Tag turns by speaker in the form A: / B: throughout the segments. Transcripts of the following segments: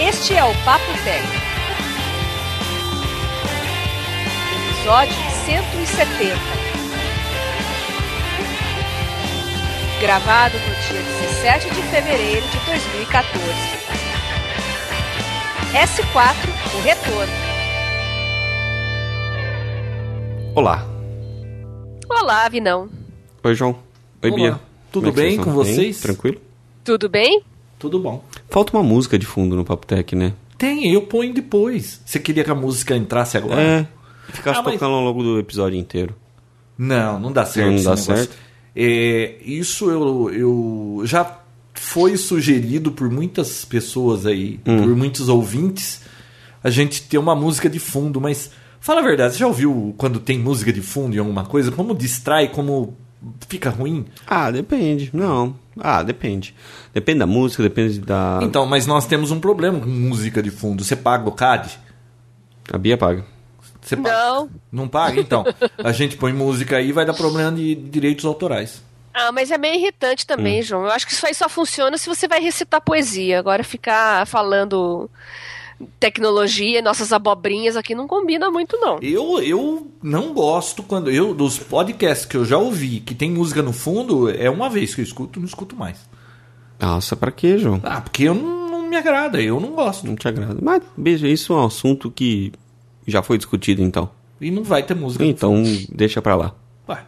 A: Este é o Papo Técnico. Episódio 170. Gravado no dia 17 de fevereiro de 2014. S4, o retorno.
B: Olá.
A: Olá, Vinão.
B: Oi, João. Oi,
C: Olá.
B: Bia. Como
C: Tudo
B: é que
C: bem
B: estão?
C: com
B: Bem?
C: vocês?
B: Tranquilo?
A: Tudo bem?
C: Tudo bom.
B: Falta uma música de fundo no Papo Tech, né?
C: Tem, eu ponho depois. Você queria que a música entrasse agora?
B: É. Ficasse
C: Ah, mas-
B: tocando ao longo do episódio inteiro.
C: Não, não dá certo.
B: Não
C: esse
B: dá
C: negócio.
B: certo?
C: É, isso eu, eu já foi sugerido por muitas pessoas aí,
B: Hum.
C: por muitos ouvintes, a gente ter uma música de fundo, mas fala a verdade, você já ouviu quando tem música de fundo em alguma coisa? Como distrai, como fica ruim?
B: Ah, depende. Não. Ah, depende. Depende da música, depende da.
C: Então, mas nós temos um problema com música de fundo. Você paga o CAD?
B: A Bia paga.
C: Você paga.
A: Não.
C: Não paga? Então, a gente põe música aí e vai dar problema de direitos autorais.
A: Ah, mas é meio irritante
C: Hum.
A: também, João. Eu acho que isso aí só funciona se você vai recitar poesia. Agora ficar falando tecnologia, nossas abobrinhas aqui não combina muito, não.
C: Eu, eu não gosto quando. Eu, dos podcasts que eu já ouvi, que tem música no fundo, é uma vez que eu escuto, não escuto mais.
B: Nossa, pra quê, João?
C: Ah, porque eu não, não me agrada, eu não gosto.
B: Não te agrada. Mas, beijo, isso é um assunto que já foi discutido, então.
C: E não vai ter música.
B: Então, deixa pra lá.
C: Ué,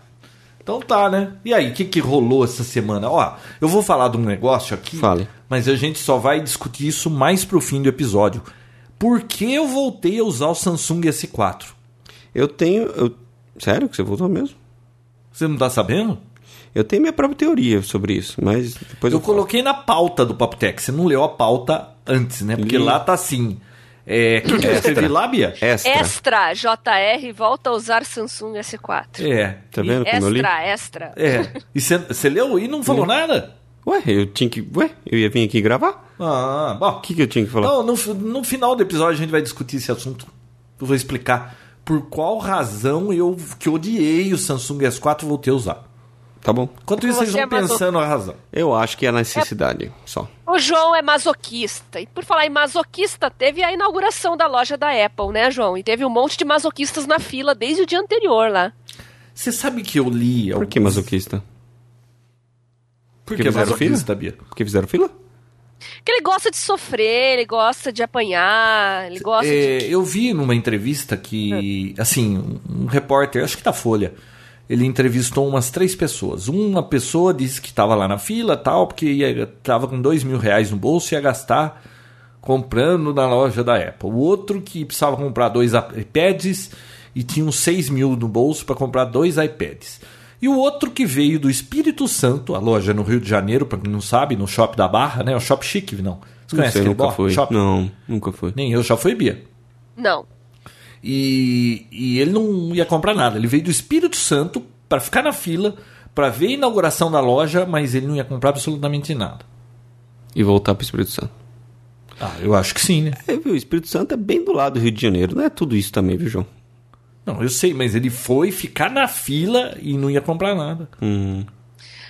C: Então tá, né? E aí, o que, que rolou essa semana? Ó, eu vou falar de um negócio aqui,
B: Fale.
C: mas a gente só vai discutir isso mais pro fim do episódio. Por que eu voltei a usar o Samsung S4?
B: Eu tenho. eu- Sério que você voltou mesmo?
C: Você não tá sabendo?
B: Eu tenho minha própria teoria sobre isso, mas depois eu,
C: eu coloquei na pauta do Papo Tech. Você não leu a pauta antes, né? Porque
B: Li.
C: lá tá assim. É, o que, que eu escrevi lá, Bia?
B: Extra.
A: Extra, JR, volta a usar Samsung S4.
C: É.
B: Tá vendo como eu li?
A: Extra, extra.
C: É. E você- você leu e não falou nada?
B: Ué, eu tinha que. Ué, eu ia vir aqui gravar?
C: Ah, bom.
B: O que, que eu tinha que falar?
C: Não, então, no, fi- no final do episódio a gente vai discutir esse assunto. Eu vou explicar por qual razão eu que odiei o Samsung S4 voltei a usar.
B: Tá bom.
C: Enquanto isso,
A: Você
C: vocês vão
A: é masoquista.
C: pensando a razão.
B: Eu acho que é a necessidade, só.
A: O João é masoquista. E por falar em masoquista, teve a inauguração da loja da Apple, né, João? E teve um monte de masoquistas na fila desde o dia anterior lá.
C: Você sabe que eu li.
B: Por que um masoquista?
C: Por
B: Porque
C: que
B: fizeram filho?
C: masoquista, Bia?
B: Porque fizeram fila?
A: Porque ele gosta de sofrer, ele gosta de apanhar, ele gosta de. É.
C: É, Eu vi numa entrevista que, assim, um um repórter, acho que da Folha, ele entrevistou umas três pessoas. Uma pessoa disse que estava lá na fila tal, porque estava com dois mil reais no bolso e ia gastar comprando na loja da Apple. O outro que precisava comprar dois iPads e tinha uns seis mil no bolso para comprar dois iPads. E o outro que veio do Espírito Santo, a loja no Rio de Janeiro, para quem não sabe, no Shopping da Barra, né? O Shop Chique, não.
B: Não
C: Você conhece
B: sei,
C: aquele
B: nunca
C: bo-
B: foi.
C: Shopping?
B: Não, nunca foi.
C: Nem eu já fui, Bia.
A: Não.
C: E, e ele não ia comprar nada. Ele veio do Espírito Santo para ficar na fila, para ver a inauguração da loja, mas ele não ia comprar absolutamente nada.
B: E voltar pro Espírito Santo.
C: Ah, eu acho que sim, né?
B: É, viu? O Espírito Santo é bem do lado do Rio de Janeiro. Não é tudo isso também, viu, João?
C: Não, eu sei, mas ele foi ficar na fila e não ia comprar nada.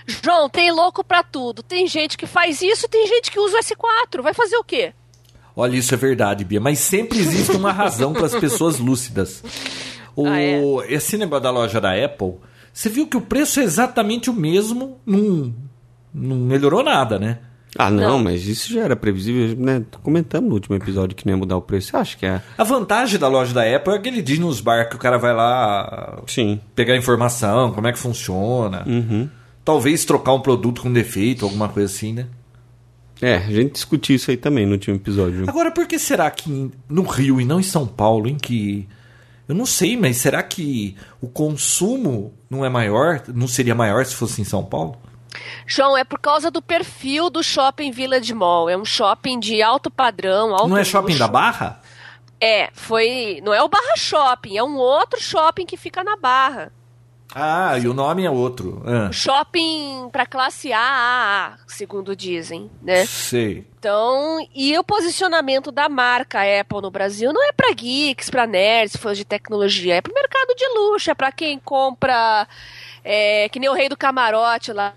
A: João, tem louco pra tudo. Tem gente que faz isso, tem gente que usa o S4. Vai fazer o quê?
C: Olha, isso é verdade, Bia, mas sempre existe uma razão para as pessoas lúcidas. O,
A: Ah, é?
C: Esse negócio da loja da Apple, você viu que o preço é exatamente o mesmo, não, não melhorou nada, né?
B: Ah, não,
A: Não.
B: mas isso já era previsível, né? Comentamos no último episódio que não ia mudar o preço. Você acha que é?
C: A vantagem da loja da Apple é que ele diz nos bar que o cara vai lá
B: Sim.
C: pegar informação, como é que funciona. Talvez trocar um produto com defeito, alguma coisa assim, né?
B: É, a gente discutiu isso aí também no último episódio. viu?
C: Agora, por que será que em- no Rio e não em São Paulo, em que. Eu não sei, mas será que o consumo não é maior? Não seria maior se fosse em São Paulo?
A: João, é por causa do perfil do shopping Village Mall. É um shopping de alto padrão, alto
C: não é shopping
A: luxo.
C: da Barra?
A: É, foi. Não é o Barra Shopping, é um outro shopping que fica na Barra.
C: Ah, e o nome é outro. Ah,
A: O shopping pra classe AAA, segundo dizem, né?
C: Sei.
A: Então, e o posicionamento da marca Apple no Brasil não é pra geeks, pra nerds, fãs de tecnologia, é pro mercado de luxo, é pra quem compra é, que nem o rei do camarote lá.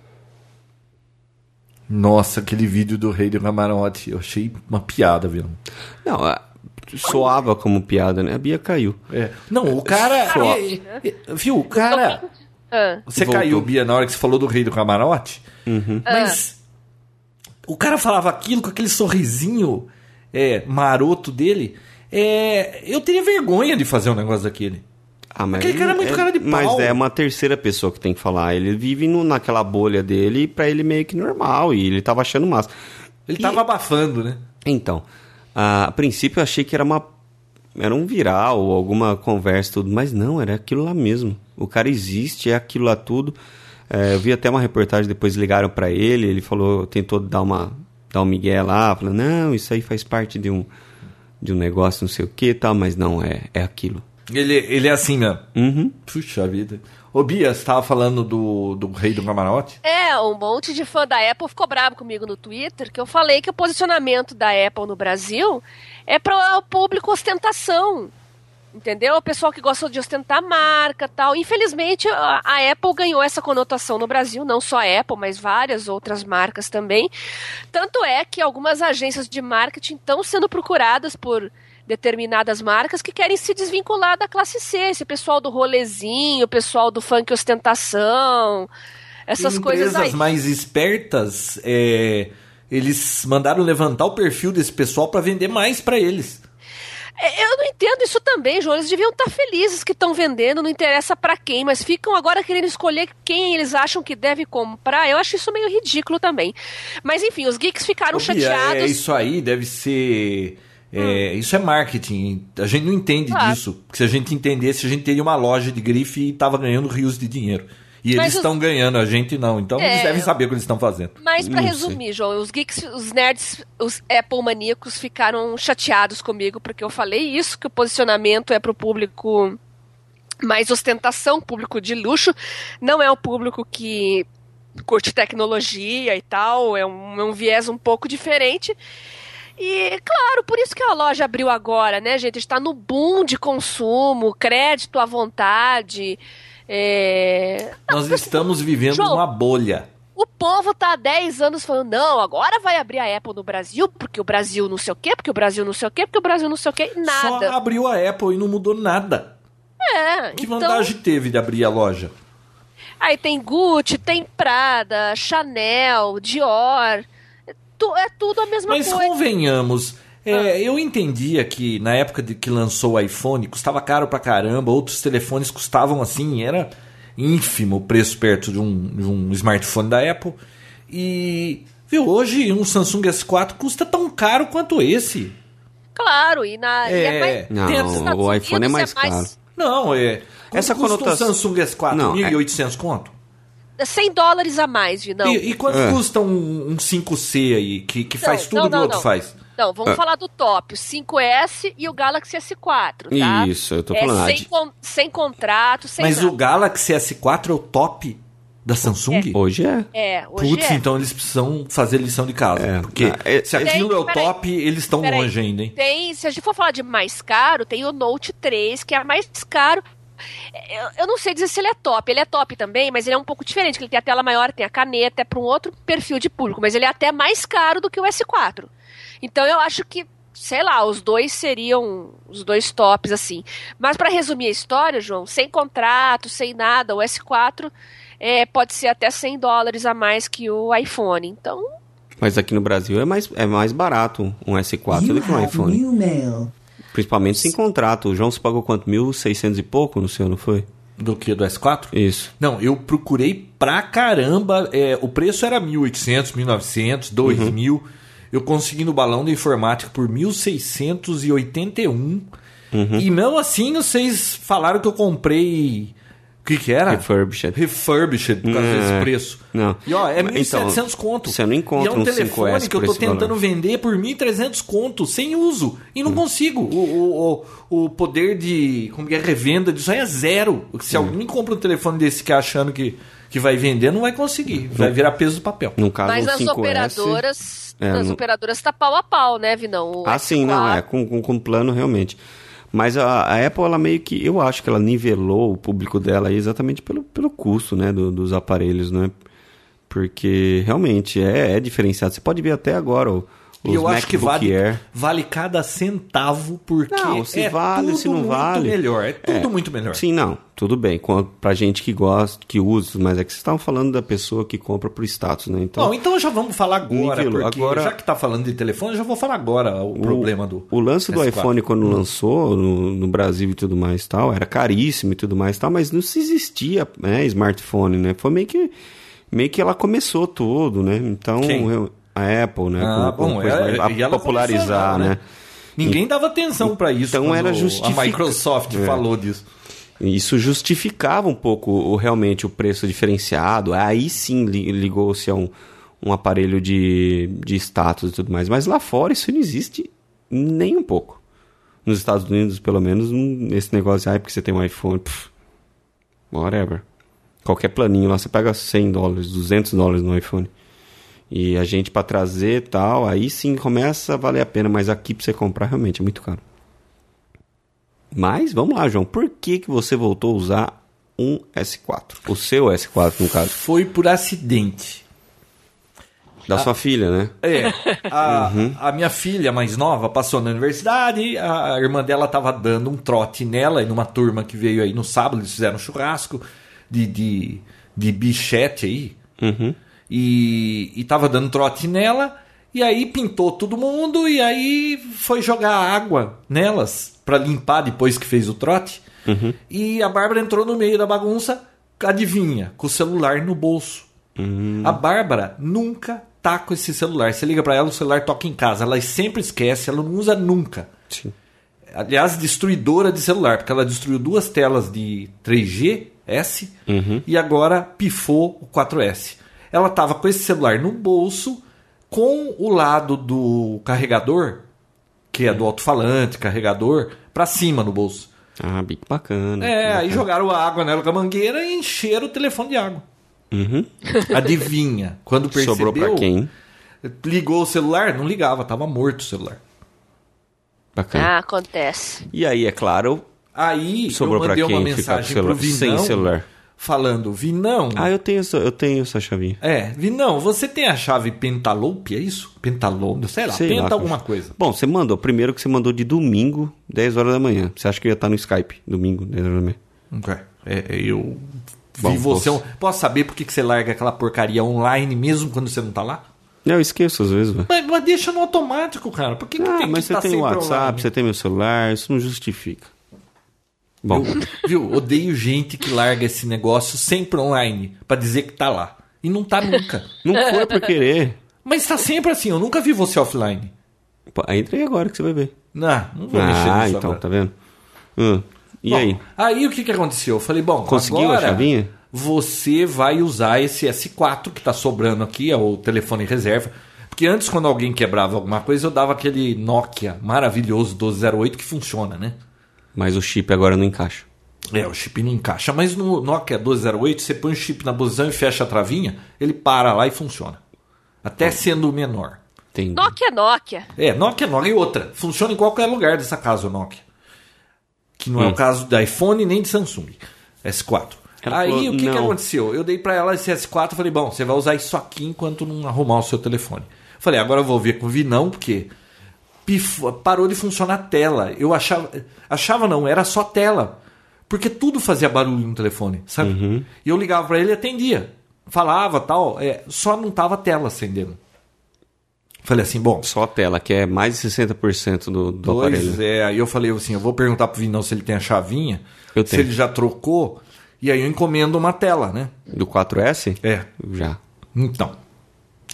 C: Nossa, aquele vídeo do rei do camarote. Eu achei uma piada, viu?
B: Não, a- soava como piada, né? A Bia caiu.
C: É. Não, o cara.
B: Só.
C: é, é, viu, o cara.
A: Ah,
C: Você
B: Voltou.
C: caiu, Bia, na hora que Uhum. você falou do rei do camarote.
A: Ah.
C: Mas o cara falava aquilo com aquele sorrisinho é, maroto dele. É, eu teria vergonha de fazer um negócio daquele.
B: Ah, mas
C: Aquele cara é muito cara de pau.
B: Mas é uma terceira pessoa que tem que falar. Ele vive no- naquela bolha dele e pra ele meio que normal. E ele tava achando massa.
C: Ele tá-
B: E-
C: tava abafando, né?
B: Então, a, a princípio eu achei que era uma era um viral ou alguma conversa e tudo, mas não, era aquilo lá mesmo. O cara existe, é aquilo lá tudo. É, eu vi até uma reportagem depois ligaram pra ele, ele falou, tentou dar uma dar um migué lá, falando: "Não, isso aí faz parte de um de um negócio, não sei o que, e tal, mas não é, é aquilo".
C: Ele, ele é assim mesmo.
B: Uhum.
C: Puxa vida. Ô, Bia, você tava falando do, do rei do camarote?
A: É, um monte de fã da Apple ficou bravo comigo no Twitter que eu falei que o posicionamento da Apple no Brasil é para o público ostentação. Entendeu? O pessoal que gosta de ostentar a marca tal. Infelizmente, a a Apple ganhou essa conotação no Brasil, não só a Apple, mas várias outras marcas também. Tanto é que algumas agências de marketing estão sendo procuradas por determinadas marcas que querem se desvincular da classe C, esse pessoal do rolezinho, o pessoal do funk ostentação, essas coisas aí.
C: Empresas mais espertas, é, eles mandaram levantar o perfil desse pessoal pra vender mais pra eles.
A: É, Eu não entendo isso também, João. Eles deviam estar felizes que estão vendendo, não interessa pra quem, mas ficam agora querendo escolher quem eles acham que deve comprar. Eu acho isso meio ridículo também. Mas enfim, os geeks ficaram
C: Ô, Bia,
A: chateados. Hum.
C: É, isso aí deve ser. é, Isso é marketing. A gente não entende
A: Claro.
C: disso. Porque se a gente entendesse, a gente teria uma loja de grife e tava ganhando rios de dinheiro. E
A: Mas
C: eles
A: os-
C: estão ganhando, a gente não. Então eles
A: É.
C: devem saber o que eles estão fazendo.
A: Mas pra
B: Não
A: resumir, João, os geeks, os nerds, os Apple maníacos ficaram chateados comigo porque eu falei isso que o posicionamento é pro público mais ostentação, público de luxo, não é o público que curte tecnologia e tal, é um, é um viés um pouco diferente. E, claro, por isso que a loja abriu agora, né, gente? Está no boom de consumo, crédito à vontade. É...
C: Nós estamos vivendo
A: João.
C: uma bolha.
A: O povo tá há 10 anos falando, não, agora vai abrir a Apple no Brasil, porque o Brasil não sei o quê, porque o Brasil não sei o quê, porque o Brasil não sei o quê, e nada.
C: Só abriu a Apple e não mudou nada.
A: É,
C: Que
A: então,
C: vantagem teve de abrir a loja?
A: Aí tem Gucci, tem Prada, Chanel, Dior, é tu- é tudo a mesma
C: Mas
A: coisa. Ah.
C: convenhamos, é, eu entendia que na época de que lançou o iPhone custava caro pra caramba, outros telefones custavam assim, era ínfimo o preço perto de um, de um smartphone da Apple. E viu, hoje um Samsung S4 custa tão caro quanto esse.
A: Claro, e, na, e
C: É,
A: mais-
B: Não,
A: e nos Estados
B: o iPhone é
A: Unidos
B: mais caro.
C: Não, é. quanto
B: Essa
C: custa
B: conotação-
C: um Samsung S4,
B: Não, é-
C: 1.800 conto?
A: é 100 dólares a mais, Vinão.
C: E, e quanto
B: É.
C: custa um, um 5C aí, que, que faz
A: Não, não,
C: tudo que o
A: não,
C: outro
A: não.
C: faz?
A: Não, vamos
B: Ah.
A: falar do top, o 5S e o Galaxy S4, tá?
B: Isso, eu tô
A: É,
B: falando.
A: sem, con- sem contrato, sem
C: Mas
A: nada.
C: o Galaxy S4 é o top da Samsung?
B: Hoje é.
A: É, hoje
C: Putz,
A: é.
C: então eles precisam fazer lição de casa.
B: É,
C: porque
B: ah, é-
C: se aquilo é o
A: Gente, peraí.
C: top, eles estão
A: Peraí.
C: longe ainda, hein?
A: Tem, se a gente for falar de mais caro, tem o Note 3, que é mais caro. Eu, eu não sei dizer se ele é top. Ele é top também, mas ele é um pouco diferente, que ele tem a tela maior, tem a caneta, é para um outro perfil de público, mas ele é até mais caro do que o S4. Então eu acho que, sei lá, os dois seriam os dois tops assim. Mas para resumir a história, João, sem contrato, sem nada, o S4 é, pode ser até 100 dólares a mais que o iPhone. Então,
B: Mas aqui no Brasil é mais, é mais barato um S4
D: You
B: do que um
D: have
B: iPhone.
D: new mail.
B: Principalmente sem contrato. O João se pagou quanto? 1.600 e pouco no seu, não foi?
C: Do que do S4?
B: Isso.
C: Não, eu procurei pra caramba. é, o preço era 1.800, 1.900, 2.000.
B: Uhum.
C: Eu consegui no balão da informática por 1.681.
B: Uhum.
C: E mesmo assim, vocês falaram que eu comprei. O que, que era?
B: Refurbished.
C: Refurbished, por causa
B: É.
C: desse preço.
B: Não.
C: E ó, é
B: Então,
C: 1.700 conto.
B: você não encontra
C: E é um
B: um
C: telefone
B: 5S
C: que eu
B: por
C: tô
B: esse valor. Hum.
C: tentando vender por 1.300 conto, sem uso. E não consigo. O, o, o, o poder de como que é, revenda disso aí é zero. Se alguém compra um telefone desse que é achando que, que vai vender, não vai conseguir. Vai virar peso do papel.
B: No caso,
A: Mas
B: um
A: nas
B: 5S...
A: operadoras,
B: É,
A: nas
B: não-
A: operadoras tá pau a pau, né, Vinão? O
B: Ah, sim, não,
A: S4,
B: é, com, com, com plano realmente. Mas a, a Apple, ela meio que, eu acho que ela nivelou o público dela aí exatamente pelo, pelo custo, né, do- dos aparelhos, né? Porque realmente é, é diferenciado. Você pode ver até agora o.
C: E eu
B: os
C: acho que
B: MacBook
C: vale,
B: Air.
C: vale cada centavo, porque
B: Não, se
C: é
B: vale,
C: tudo
B: se não
C: muito
B: vale.
C: melhor. É tudo muito melhor.
B: Sim, não, tudo bem. Com- Pra gente que gosta, que usa, mas é que vocês estavam falando da pessoa que compra por status, né? Então,
C: Bom, então já vamos falar agora,
B: Nivelo,
C: porque
B: agora-
C: já que tá falando de telefone, eu já vou falar agora o, problema do... Hum.
B: O lance do
C: S4.
B: iPhone quando lançou no, no Brasil e tudo mais e tal, era caríssimo e tudo mais e tal, mas não se existia né, smartphone, né? Foi meio que, meio que ela começou tudo, né? Então,
C: Quem?
B: eu- a Apple, né?
C: Ah,
B: com- com
C: bom,
B: coisa-
C: é- e
B: a
C: ela
B: popularizar,
C: começou, né?
B: né?
C: Ninguém dava atenção pra isso
B: Então
C: quando
B: era
C: a
B: justifica-
C: Microsoft
B: É.
C: falou disso.
B: Isso justificava um pouco o, realmente o preço diferenciado. Aí sim li- ligou-se a um, um aparelho de, de status e tudo mais. Mas lá fora isso não existe nem um pouco. Nos Estados Unidos, pelo menos, não- esse negócio, ai, porque você tem um iPhone, pff, whatever. Qualquer planinho lá, você paga 100 dólares, 200 dólares no iPhone. E a gente, pra trazer e tal, aí sim começa a valer a pena. Mas aqui, pra você comprar, realmente é muito caro. Mas vamos lá, João. Por que, que você voltou a usar um S4? O seu S4, no caso.
C: Foi por acidente. Ah.
B: Da sua filha, né?
C: É, a,
B: Uhum.
C: a minha filha mais nova passou na universidade, a, a irmã dela tava dando um trote nela e numa turma que veio aí no sábado, eles fizeram um churrasco de, de, de bichete aí. Uhum. E, e tava dando trote nela, e aí pintou todo mundo, e aí foi jogar água nelas pra limpar depois que fez o trote. E a Bárbara entrou no meio da bagunça, adivinha, com o celular no bolso. A Bárbara nunca tá com esse celular. Você liga pra ela, o celular toca em casa. Ela sempre esquece, ela não usa nunca.
B: Sim.
C: Aliás, destruidora de celular, porque ela destruiu duas telas de 3G S
B: Uhum.
C: e agora pifou o 4S. Ela tava com esse celular no bolso, com o lado do carregador, que
B: Uhum.
C: é do alto-falante, carregador, pra cima no bolso.
B: Ah, bem bacana.
C: É, aí
B: Bacana.
C: jogaram água nela com a mangueira e encheram o telefone de água.
B: Uhum.
C: Adivinha, quando percebeu...
B: Sobrou pra quem?
C: Ligou o celular? Não ligava, tava morto o celular.
B: Bacana.
A: Ah, acontece.
B: E aí, é claro.
C: Aí
B: Sobrou
C: eu mandei
B: pra quem
C: uma
B: ficar com
C: mensagem
B: celular-
C: pro Vinão
B: sem celular?
C: falando: Vinão,
B: Ah, eu tenho, essa- eu tenho essa chavinha.
C: é, Vinão, você tem a chave Pentalope, é isso? Pentalone, sei lá,
B: Sei lá
C: penta
B: como
C: alguma
B: chama.
C: coisa.
B: Bom, você mandou. Primeiro que você mandou de domingo, 10 horas da manhã. Você acha que eu ia estar no Skype? Domingo, 10 horas da manhã.
C: É, é, eu vi
B: Bom,
C: você.
B: posso-
C: on- Posso saber por que que você larga aquela porcaria online mesmo quando você não tá lá?
B: Não, eu esqueço às vezes, velho.
C: Mas, mas deixa no automático, cara. Por que, que
B: Ah,
C: tem
B: mas
C: que
B: você
C: tá
B: tem o
C: sempre
B: WhatsApp,
C: online?
B: você tem meu celular, isso não justifica. Bom,
C: Viu? Odeio gente que larga esse negócio sempre online pra dizer que tá lá. E não tá nunca.
B: não foi por querer.
C: Mas tá sempre assim, eu nunca vi você offline.
B: Pô, Entra aí agora que você vai ver.
C: Não, não vou mexer
B: Ah,
C: nisso
B: então,
C: agora.
B: tá vendo? Hum, E
C: Bom,
B: aí?
C: Aí o que, que aconteceu? Eu falei, bom,
B: Conseguiu a
C: agora
B: chavinha?
C: você vai usar esse S4 que tá sobrando aqui, é o telefone reserva. Porque antes, quando alguém quebrava alguma coisa, eu dava aquele Nokia maravilhoso 1208 que funciona, né?
B: Mas o chip agora não encaixa.
C: É, o chip não encaixa, mas no Nokia 1208 você põe o chip na posição e fecha a travinha, ele para lá e funciona.
B: Tá.
C: Até sendo menor.
B: Tem.
A: Nokia, Nokia.
C: É, Nokia Nokia e outra. Funciona em qualquer lugar dessa casa o Nokia. Que não é
B: Hum.
C: o caso da iPhone nem de Samsung. S4.
B: Ela
C: Aí
B: falou,
C: o que, que
B: "Não."
C: aconteceu? Eu dei pra ela esse S4 e falei, bom, você vai usar isso aqui enquanto não arrumar o seu telefone. Falei, agora eu vou ver com o Vinão, porque pif- parou de funcionar a tela. Eu achava. Achava não, era só tela. Porque tudo fazia barulho no telefone, sabe?
B: Uhum.
C: E eu ligava pra ele e atendia. Falava tal, é, só não tava a tela acendendo. Falei assim, bom,
B: Só a tela, que é mais de 60% do, do aparelho.
C: Pois é, aí eu falei assim, eu vou perguntar pro Vinão se ele tem a chavinha,
B: Eu
C: se
B: tenho.
C: ele já trocou, e aí eu encomendo uma tela, né?
B: Do 4S?
C: É.
B: Já.
C: Então.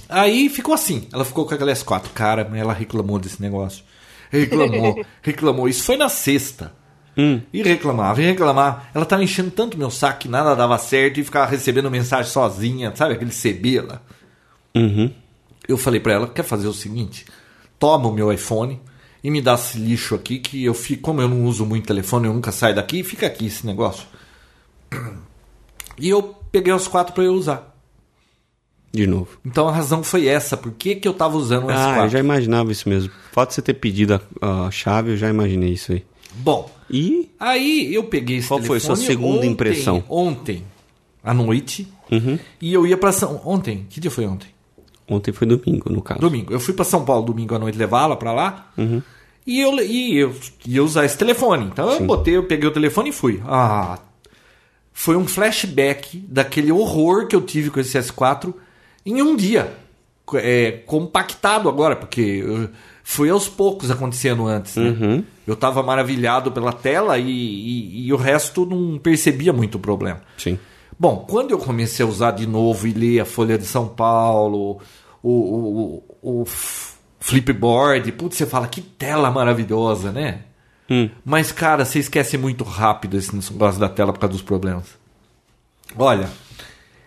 C: Aí ficou assim, ela ficou com aquela S4, cara, mas ela reclamou desse negócio. Reclamou, reclamou. Isso foi na sexta. E reclamava, e reclamava. Ela tava enchendo tanto meu saco que nada dava certo e ficava recebendo mensagem sozinha, sabe? Aquele CB lá.
B: Uhum.
C: Eu falei pra ela, quer fazer o seguinte? Toma o meu iPhone e me dá esse lixo aqui que eu fico, como eu não uso muito telefone, eu nunca saio daqui, fica aqui esse negócio. E eu peguei os quatro pra eu usar.
B: De novo.
C: Então a razão foi essa, por que, que eu tava usando o
B: Ah,
C: S4?
B: eu já imaginava isso mesmo. O fato de você ter pedido a, a chave, eu já imaginei isso aí.
C: Bom,
B: E
C: aí eu peguei esse
B: Qual foi
C: telefone
B: sua segunda
C: ontem-
B: impressão?
C: Ontem. à noite.
B: Uhum.
C: E eu ia pra São. Ontem? Que dia foi ontem?
B: Ontem foi domingo, no caso.
C: Domingo. Eu fui pra São Paulo domingo à noite levá-la pra lá. E eu e eu ia usar esse telefone. Então eu botei, eu peguei o telefone e fui. Ah, foi um flashback daquele horror que eu tive com esse S4 em um dia. Co- É, compactado agora, porque eu- foi aos poucos acontecendo antes. Né? Eu estava maravilhado pela tela e, e- e o resto não percebia muito o problema.
B: Sim.
C: Bom, quando eu comecei a usar de novo e ler a Folha de São Paulo, o, o, o, o f- Flipboard, putz, você fala que tela maravilhosa, né? Mas, cara, você esquece muito rápido esse negócio da tela por causa dos problemas. Olha,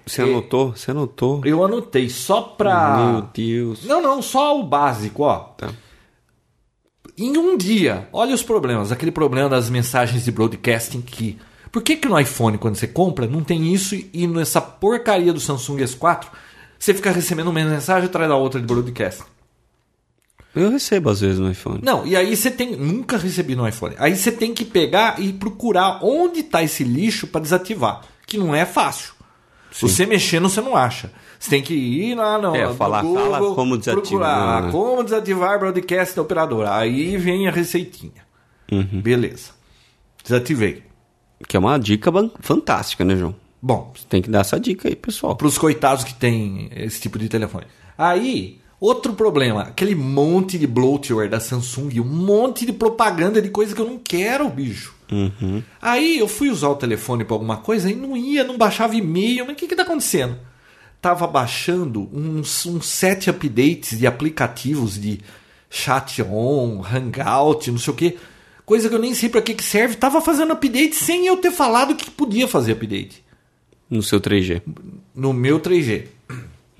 B: Você
C: E- Ah.
B: anotou? Você anotou?
C: eu anotei só pra.
B: Meu Deus.
C: Não, não, só o básico, ó.
B: Tá.
C: Em um dia, olha os problemas. Aquele problema das mensagens de broadcasting que. Por que, que no iPhone, quando você compra, não tem isso e nessa porcaria do Samsung S4 você fica recebendo uma mensagem atrás da outra de broadcasting?
B: Eu recebo às vezes no iPhone.
C: Não, e aí você tem. Nunca recebi no iPhone. Aí você tem que pegar e procurar onde está esse lixo para desativar. Que não é fácil. Se Você mexendo, você não acha. Você tem que ir lá no,
B: É,
C: no
B: falar,
C: Google,
B: fala como desativar,
C: procurar
B: né?
C: como desativar broadcast da operadora. Aí vem a receitinha.
B: Uhum.
C: Beleza. Desativei.
B: Que é uma dica ban- fantástica, né, João?
C: Bom,
B: Você tem que dar essa dica aí, pessoal.
C: para os coitados que têm esse tipo de telefone. Aí, outro problema, aquele monte de bloatware da Samsung, um monte de propaganda de coisa que eu não quero, bicho. Aí eu fui usar o telefone para alguma coisa e não ia, não baixava e-mail, mas o que que tá acontecendo? Tava baixando uns, uns sete updates de aplicativos de chat on, hangout, não sei o que. Coisa que eu nem sei para que que serve. Tava fazendo update sem eu ter falado que podia fazer update.
B: No seu 3G.
C: No meu 3G.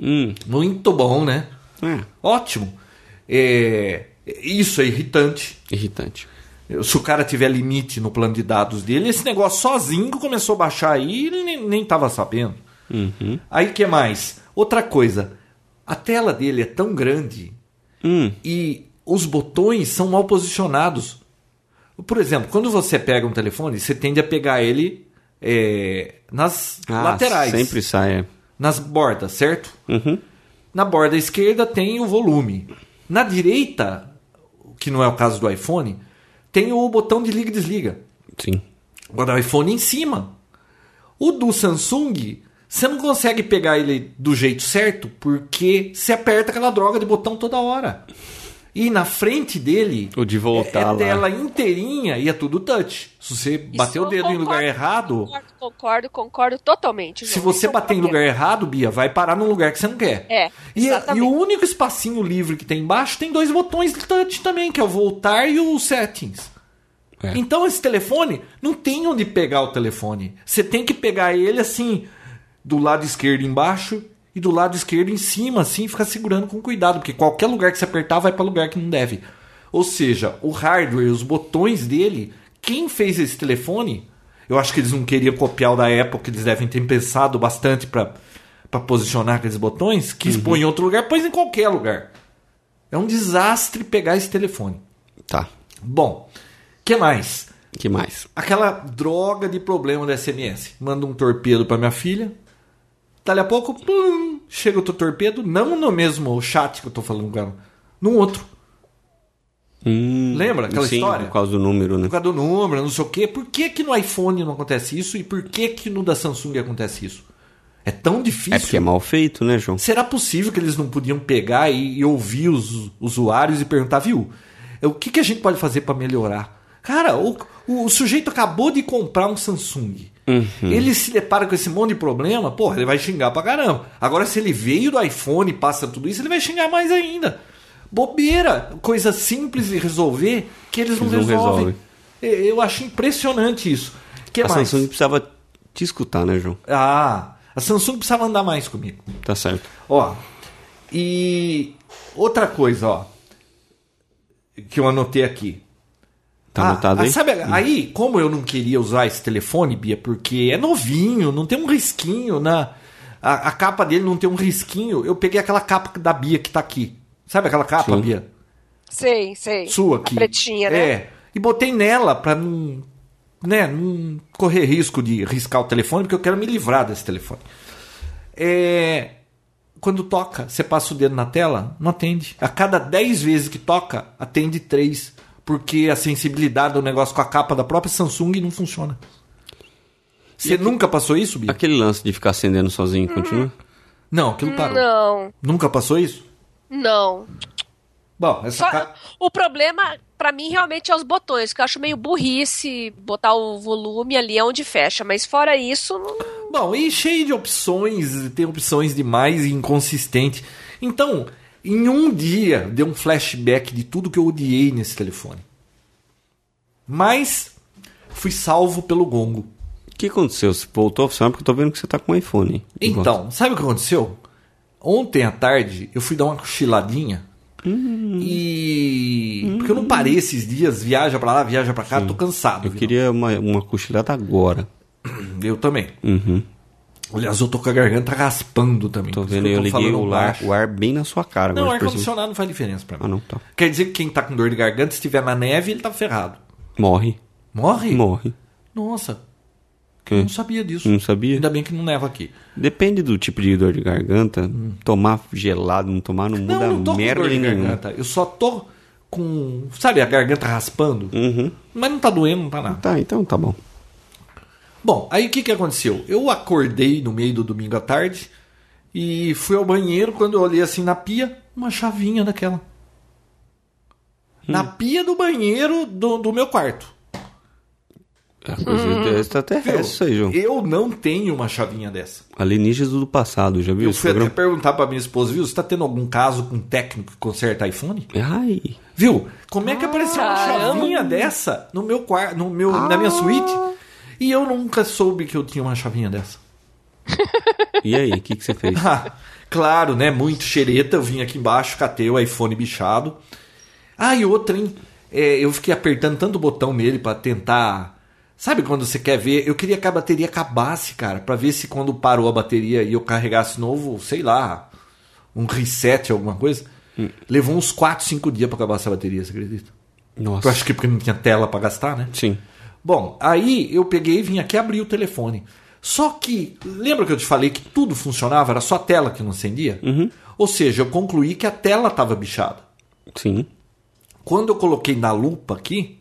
B: Hum.
C: Muito bom, né?
B: É.
C: Ótimo. É, isso é irritante.
B: Irritante.
C: Se o cara tiver limite no plano de dados dele, esse negócio sozinho que começou a baixar aí, ele nem, nem tava sabendo.
B: Uhum.
C: Aí que mais? Outra coisa, a tela dele é tão grande
B: Hum.
C: e os botões são mal posicionados. Por exemplo, quando você pega um telefone, você tende a pegar ele é, nas
B: Ah,
C: laterais,
B: Sempre sai. é.
C: nas bordas, certo?
B: Uhum.
C: Na borda esquerda tem o volume. Na direita, o que não é o caso do iPhone, tem o botão de liga e desliga.
B: Sim.
C: Agora o iPhone em cima. O do Samsung, você não consegue pegar ele do jeito certo porque você aperta aquela droga de botão toda hora. E na frente dele
B: O de voltar
C: é, é
B: lá.
C: tela inteirinha e é tudo touch. Se você bater
A: Isso
C: o dedo
A: eu
C: em lugar
A: concordo,
C: errado,
A: Concordo, concordo, concordo totalmente.
C: se
A: João.
C: você
A: Isso é um
C: bater em
A: problema.
C: lugar errado, Bia, vai parar num lugar que você não quer.
A: É,
C: E, e
A: exatamente.
C: o único espacinho livre que tem embaixo tem dois botões de touch também, que é o voltar e o settings.
B: É.
C: Então esse telefone não tem onde pegar o telefone. Você tem que pegar ele assim, do lado esquerdo embaixo e do lado esquerdo em cima, assim, e ficar segurando com cuidado, porque qualquer lugar que você apertar vai para lugar que não deve. Ou seja, o hardware, os botões dele, quem fez esse telefone? Eu acho que eles não queriam copiar o da Apple, que eles devem ter pensado bastante para posicionar aqueles botões, que expõe em outro lugar, pois em qualquer lugar. É um desastre pegar esse telefone.
B: Tá.
C: Bom, que mais?
B: que mais?
C: Aquela droga de problema da SMS. Manda um torpedo pra minha filha. Dali a pouco, plum, chega outro torpedo, não no mesmo chat que eu tô falando com ela, num outro.
B: Hum,
C: Lembra aquela
B: sim,
C: história?
B: Por causa do número, né?
C: Por causa do número, não sei o quê. Por que, que no iPhone não acontece isso e por que, que no da Samsung acontece isso? É tão difícil.
B: É porque é mal feito, né, João?
C: Será possível que eles não podiam pegar e, e ouvir os usuários e perguntar, viu? é, O que, que a gente pode fazer para melhorar? Cara, o, o, sujeito acabou de comprar um Samsung.
B: Uhum.
C: Ele se depara com esse monte de problema, porra, ele vai xingar pra caramba. Agora, se ele veio do iPhone e passa tudo isso, ele vai xingar mais ainda. Bobeira, coisa simples de resolver que eles não,
B: Eles não
C: resolvem.
B: resolvem.
C: Eu eu acho impressionante isso. Que
B: a
C: mais?
B: Samsung precisava te escutar, né, João?
C: Ah, a Samsung precisava andar mais comigo.
B: Tá certo.
C: Ó, e outra coisa, ó, que eu anotei aqui.
B: Tá
C: Ah,
B: anotado
C: ah,
B: aí? Hum.
C: Sabe, aí, como eu não queria usar esse telefone, Bia, porque é novinho, não tem um risquinho na. A, a capa dele não tem um risquinho, eu peguei aquela capa da Bia que tá aqui. Sabe aquela capa,
B: Sim.
C: Bia?
A: Sei, sei.
C: Sua aqui.
A: A pretinha, né?
C: É. E botei nela pra não. né, não correr risco de riscar o telefone, porque eu quero me livrar desse telefone. É, quando toca, você passa o dedo na tela, não atende. A cada 10 vezes que toca, atende 3. Porque a sensibilidade do negócio com a capa da própria Samsung não funciona. Você
B: aqui-
C: nunca passou isso, Bia?
B: Aquele lance de ficar acendendo sozinho,
C: Hum.
B: continua?
C: Não, aquilo parou.
A: Não,
C: Nunca passou isso?
A: não.
C: Bom, essa
A: Só-
C: ca-
A: o problema, pra mim, realmente é os botões, que eu acho meio burrice botar o volume ali onde fecha. Mas fora isso, não-
C: Bom, e cheio de opções, tem opções demais e inconsistente. Então, em um dia, deu um flashback de tudo que eu odiei nesse telefone. Mas fui salvo pelo gongo.
B: O que aconteceu? Você voltou a funcionar porque eu tô vendo que você tá com um iPhone.
C: Então, sabe o que aconteceu? Ontem à tarde eu fui dar uma cochiladinha
B: Hum.
C: e. Porque eu não parei esses dias, viaja pra lá, viaja pra cá, tô cansado.
B: Eu
C: viu?
B: queria uma, uma cochilada agora.
C: Eu também.
B: Uhum.
C: Aliás, eu tô com a garganta raspando também.
B: Tô
C: por isso
B: vendo
C: que
B: aí, eu liguei
C: falando
B: o ar,
C: baixo.
B: o ar bem na sua cara.
C: Não, é
B: agora, por exemplo.
C: ar-condicionado não faz diferença pra mim.
B: Ah, não, tá.
C: Quer dizer que quem tá com dor de garganta, se estiver na neve, ele tá ferrado.
B: Morre.
C: Morre?
B: Morre.
C: Nossa,
B: Que?
C: não sabia disso.
B: Não sabia?
C: Ainda bem que não neva aqui.
B: Depende do tipo de dor de garganta. Tomar gelado, não tomar, não muda
C: Hum. não, não tô com
B: merda
C: dor de
B: nenhuma.
C: garganta. Eu só tô com, sabe, a garganta raspando.
B: Uhum.
C: Mas não tá doendo, não tá nada.
B: Tá, então tá bom.
C: Bom, aí o que, que aconteceu? Eu acordei no meio do domingo à tarde e fui ao banheiro. Quando eu olhei assim na pia, uma chavinha
B: Hum.
C: daquela. Na pia do banheiro do, do meu quarto.
B: É coisa de
C: Viu?
B: extraterrestre É isso aí, João.
C: Então, Eu não tenho uma chavinha dessa.
B: Alienígenas do passado, já viu
C: Eu
B: esse
C: fui até
B: programa?
C: perguntar pra minha esposa, viu? Você tá tendo algum caso com um técnico que conserta iPhone?
B: Ai,
C: Viu? Como é que apareceu uma
A: caramba.
C: chavinha dessa no meu quarto, no meu, na
B: Ah.
C: minha suíte? E eu nunca soube que eu tinha uma chavinha dessa.
B: e aí, o que, que você fez?
C: Ah, claro, né? Muito xereta. Eu vim aqui embaixo, catei o iPhone bichado. Ah, e outra, hein? É, eu fiquei apertando tanto o botão nele pra tentar. Sabe quando você quer ver? Eu queria que a bateria acabasse, cara, pra ver se quando parou a bateria e eu carregasse novo, sei lá, um reset, alguma coisa. Levou uns 4, 5 dias pra acabar essa bateria, você acredita? Eu
B: Nossa.
C: acho que porque não tinha tela pra gastar, né?
B: Sim.
C: Bom, aí eu peguei e vim aqui abrir o telefone. Só que, lembra que eu te falei que tudo funcionava, era só a tela que não acendia?
B: Uhum.
C: Ou seja, eu concluí que a tela estava bichada.
B: Sim.
C: Quando eu coloquei na lupa aqui,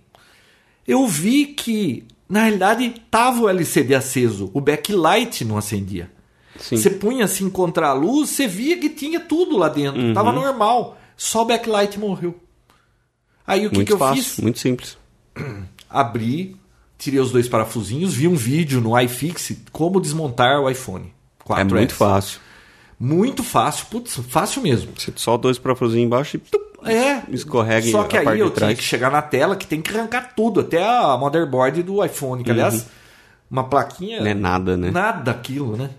C: eu vi que, na realidade, tava o LCD aceso, o backlight não acendia.
B: Sim.
C: Você punha assim contra a luz, você via que tinha tudo lá dentro, tava
B: Uhum.
C: normal, só o backlight morreu. Aí o que,
B: muito
C: que eu
B: fácil,
C: fiz?
B: muito simples.
C: abri, tirei os dois parafusinhos, vi um vídeo no iFixit como desmontar o iPhone 4S.
B: É muito fácil.
C: Muito fácil, putz, fácil mesmo.
B: Você solta dois parafusinhos embaixo e tup,
C: É.
B: escorrega
C: Só
B: a
C: que aí
B: parte
C: eu
B: de
C: tinha
B: trás.
C: que chegar na tela que tem que arrancar tudo, até a motherboard do iPhone, que
B: Uhum.
C: aliás, uma plaquinha.
B: Não é nada, né?
C: Nada aquilo, né?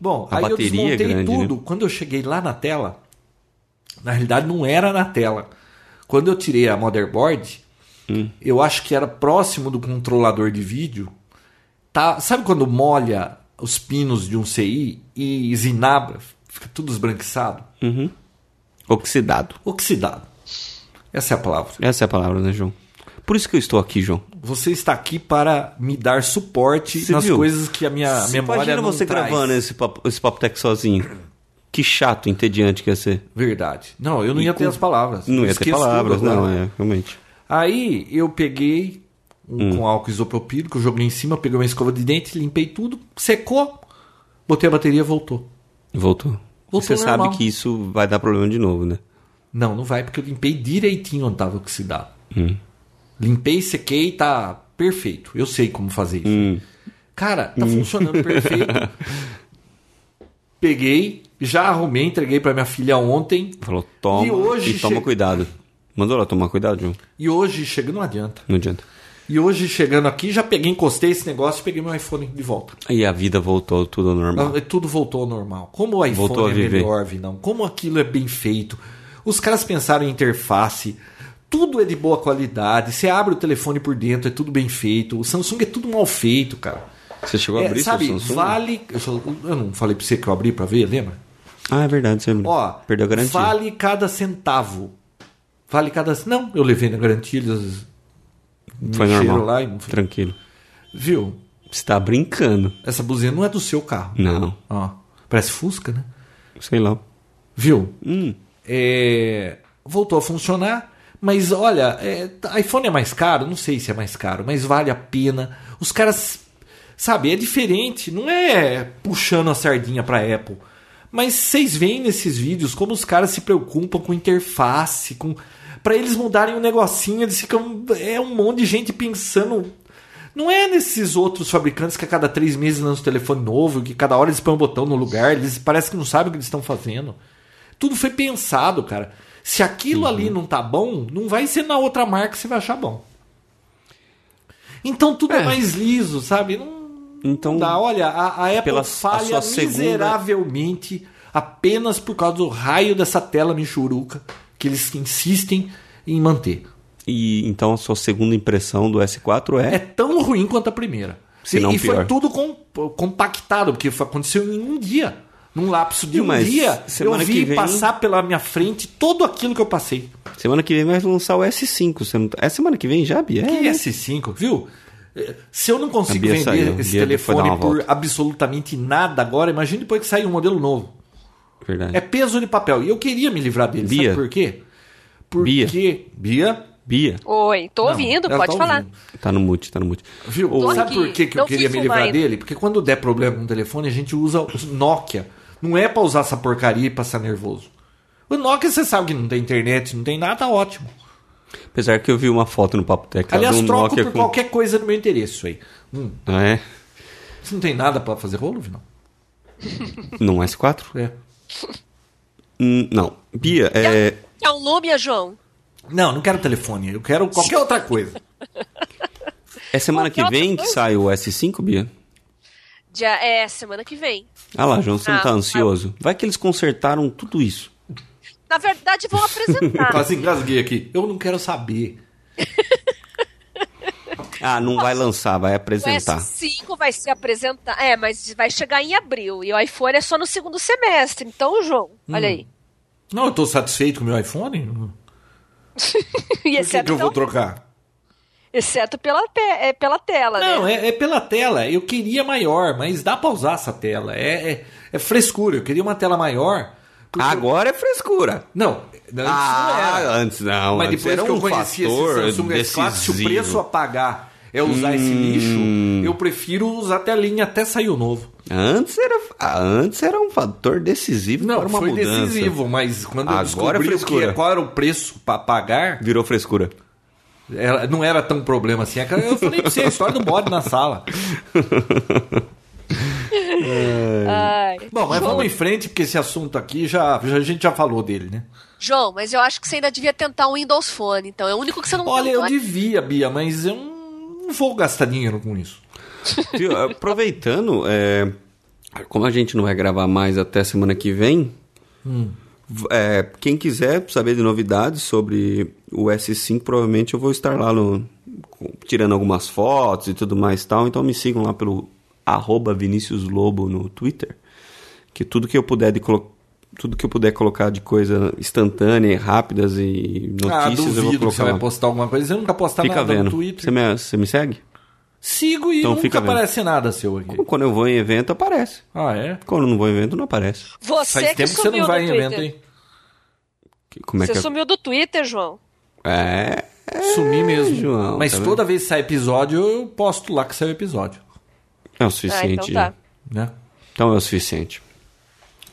C: Bom,
B: A
C: aí eu
B: bateria é
C: desmontei
B: grande,
C: tudo. Quando eu cheguei lá na tela, na realidade não era na tela. Quando eu tirei a motherboard,
B: Hum.
C: eu acho que era próximo do controlador de vídeo. Tá, sabe quando molha os pinos de um CI e zinabra, fica tudo esbranquiçado?
B: Oxidado.
C: Oxidado. Essa é a palavra.
B: Essa é a palavra, né, João? Por isso que eu estou aqui, João.
C: Você está aqui para me dar suporte
B: Você
C: nas
B: viu?
C: coisas que a minha
B: Você
C: memória
B: Imagina
C: não
B: você
C: traz.
B: gravando esse papo, esse papo tech sozinho. Que chato, entediante que ia ser.
C: Verdade. Não, eu não ia ter as palavras.
B: Não ia ter
C: Esqueço
B: palavras,
C: tudo agora.
B: não, é, realmente.
C: né? Aí eu peguei
B: Hum.
C: um com álcool isopropílico, joguei em cima, peguei uma escova de dente, limpei tudo, secou, botei a bateria e voltou.
B: Voltou. você
C: Voltou normal.
B: sabe que isso vai dar problema de novo, né?
C: Não, não vai, porque eu limpei direitinho onde estava oxidado.
B: Hum.
C: Limpei, sequei, tá perfeito. Eu sei como fazer isso.
B: Hum.
C: Cara, tá funcionando perfeito. Peguei, já arrumei, entreguei pra minha filha ontem.
B: Falou, toma
C: E
B: e,
C: hoje
B: toma
C: che-
B: cuidado. Mandou ela tomar cuidado, João?
C: E hoje chega, não adianta.
B: Não adianta.
C: E hoje chegando aqui, já peguei, encostei esse negócio e peguei meu iPhone de volta.
B: Aí a vida voltou tudo ao normal.
C: Ah, Tudo voltou ao normal. Como o iPhone
B: Voltou a
C: é
B: viver.
C: melhor, não? Como aquilo é bem feito. Os caras pensaram em interface. Tudo é de boa qualidade. Você abre o telefone por dentro, é tudo bem feito. O Samsung é tudo mal feito, cara.
B: Você chegou a
C: É,
B: abrir
C: sabe,
B: seu Samsung?
C: vale. Eu, só- eu não falei pra você que eu abri pra ver, lembra?
B: Ah, é verdade, você
C: Ó,
B: perdeu a garantia.
C: vale cada centavo. Vale cada. Não, eu levei na garantia, eles
B: Foi
C: mexeram
B: normal.
C: um lá e
B: Tranquilo.
C: Viu?
B: Você tá brincando.
C: Essa blusinha não é do seu carro.
B: Não.
C: Ó, parece Fusca, né?
B: Sei lá.
C: Viu?
B: Hum.
C: É, voltou a funcionar. Mas olha, é, iPhone é mais caro? Não sei se é mais caro, mas vale a pena. Os caras, sabe, é diferente. Não é puxando a sardinha pra Apple. Mas vocês veem nesses vídeos como os caras se preocupam com interface, com para eles mudarem um negocinho, eles ficam é um monte de gente pensando. Não é nesses outros fabricantes que a cada três meses lançam um telefone novo, que cada hora eles põem um botão no lugar, eles parece que não sabem o que eles estão fazendo. Tudo foi pensado, cara. Se aquilo ali
B: Uhum.
C: não tá bom, não vai ser na outra marca que você vai achar bom. Então tudo é,
B: É.
C: mais liso, sabe? Não,
B: Então,
C: não dá. Olha, a, a Apple
B: Pela- a
C: falha
B: sua segunda-
C: miseravelmente apenas por causa do raio dessa tela michuruca que eles insistem em manter.
B: e então a sua segunda impressão do S4
C: É
B: é?
C: tão ruim quanto a primeira.
B: Se
C: e
B: não
C: e foi
B: pior.
C: tudo com- compactado, porque foi- aconteceu em um dia. Num lapso de
B: Sim,
C: um
B: mas
C: dia, eu
B: semana
C: vi
B: que vem-
C: passar pela minha frente tudo aquilo que eu passei.
B: Semana que vem vai lançar o S5. Você não tá- É semana que vem já, Bia?
A: Uhum.
C: Que
B: É.
C: S5, viu? É, Se eu não consigo
B: Bia
C: vender
B: saiu.
C: esse
B: Bia foi dar
C: telefone
B: uma
C: por
B: volta.
C: absolutamente nada agora, imagine depois que sair um modelo novo.
B: Verdade.
C: É peso de papel. E eu queria me livrar dele. Sabe
B: Bia.
C: por quê? Porque.
B: Bia.
C: Bia?
B: Bia,
A: Oi, tô
C: Não,
A: ouvindo,
C: ela
A: pode
C: tá
A: falar.
C: ouvindo.
B: tá no mute, tá no mute.
C: Viu?
A: Tô
C: Sabe
A: aqui.
C: por que, que eu
A: Não
C: queria
A: fiz um
C: me livrar
A: ainda.
C: dele? Porque quando der problema com o telefone, a gente usa os Nokia. Não é pra usar essa porcaria e passar nervoso. O Nokia, você sabe que não tem internet, não tem nada, tá ótimo.
B: Apesar que eu vi uma foto no Papo Tech.
C: Aliás,
B: um
C: troco
B: Nokia
C: por
B: com-
C: qualquer coisa do meu interesse, isso aí. Hum,
B: Ah, é?
C: você não tem nada pra fazer rolo, Vinão?
B: Num S4?
C: É.
B: Hum, não. Bia, é...
A: É um Lumia, João?
C: Não, não quero telefone, eu quero qualquer outra coisa.
B: é semana que
A: Qualquer
B: vem
A: outra coisa?
B: que sai o S5, Bia?
A: Dia, é, semana que vem.
B: Ah lá, João, você não
A: Ah,
B: tá
A: tá.
B: ansioso? Vai que eles consertaram tudo isso.
A: Na verdade, vão apresentar.
C: Quase engasguei aqui. Eu não quero saber.
B: Ah, não vai lançar, vai
A: o
B: apresentar.
A: S5 é vai se apresentar. É, mas vai chegar em abril. E o iPhone é só no segundo semestre. Então, João, olha aí.
C: Hum. Não, eu tô satisfeito com o meu iPhone.
A: E
C: Por que, que
A: exceto,
C: eu vou
A: pela,
C: trocar?
A: exceto pela, te- é, pela tela,
C: Não,
A: né?
C: é, é pela tela. Eu queria maior, mas dá pra usar essa tela. É, é, é frescura. Eu queria uma tela maior. porque-
B: Agora é frescura.
C: Não, antes não
B: Ah,
C: era.
B: antes não.
C: mas
B: antes
C: depois
B: era
C: que eu
B: um
C: conheci
B: fator
C: esse Samsung S4, se o
B: decisivo.
C: preço a pagar é usar esse lixo, eu prefiro usar a telinha até sair o novo.
B: Antes era, ah, antes era um fator decisivo
C: Não,
B: para uma
C: foi
B: mudança.
C: decisivo, mas quando eu
B: Agora é
C: descobri o que-
B: frescura.
C: qual era o preço pra pagar,
B: Virou frescura.
C: era- não era tão problema assim. Eu falei pra você, a história do bode na sala.
A: Ai.
C: é- Bom, mas vamos em frente, porque esse assunto aqui já, já- a gente já falou dele, né?
A: João, mas eu acho que você ainda devia tentar um Windows Phone. Então, é o único que você não
C: Olha,
A: tentou
C: eu devia, Bia, mas eu não vou gastar dinheiro com isso.
B: Viu, aproveitando, é, como a gente não vai gravar mais até semana que vem, v- é, quem quiser saber de novidades sobre o S5, provavelmente eu vou estar lá no- co- tirando algumas fotos e tudo mais e tal. Então me sigam lá pelo arroba Vinícius Lobo no Twitter. Que tudo que eu puder de colo- Tudo que eu puder colocar de coisa instantânea, e rápidas e
C: ah,
B: notícias, eu vou
C: duvido que você
B: colocar
C: vai
B: lá.
C: postar alguma coisa. Você nunca posta
B: Fica
C: nada no
B: vendo.
C: Twitter.
B: Você me, você me segue?
C: Sigo e
B: Então
C: nunca
B: fica vendo.
C: aparece nada seu aqui.
B: Quando eu vou em evento, aparece.
C: Ah, é?
B: Quando não vou em evento, não aparece.
A: Você
C: Faz
A: que
C: tempo que
A: sumiu
C: você não vai em
A: do Twitter.
C: evento, hein?
B: Que- Como é
A: você Ah,
B: que
A: sumiu do Twitter, João. Ah, então
B: é? É.
C: Sumi mesmo.
B: João,
C: mas
B: tá vendo?
C: toda vez que sai episódio, eu posto lá que saiu episódio.
B: É o
A: Ah, então
B: suficiente.
A: tá.
B: já.
C: Né?
B: Então é o suficiente.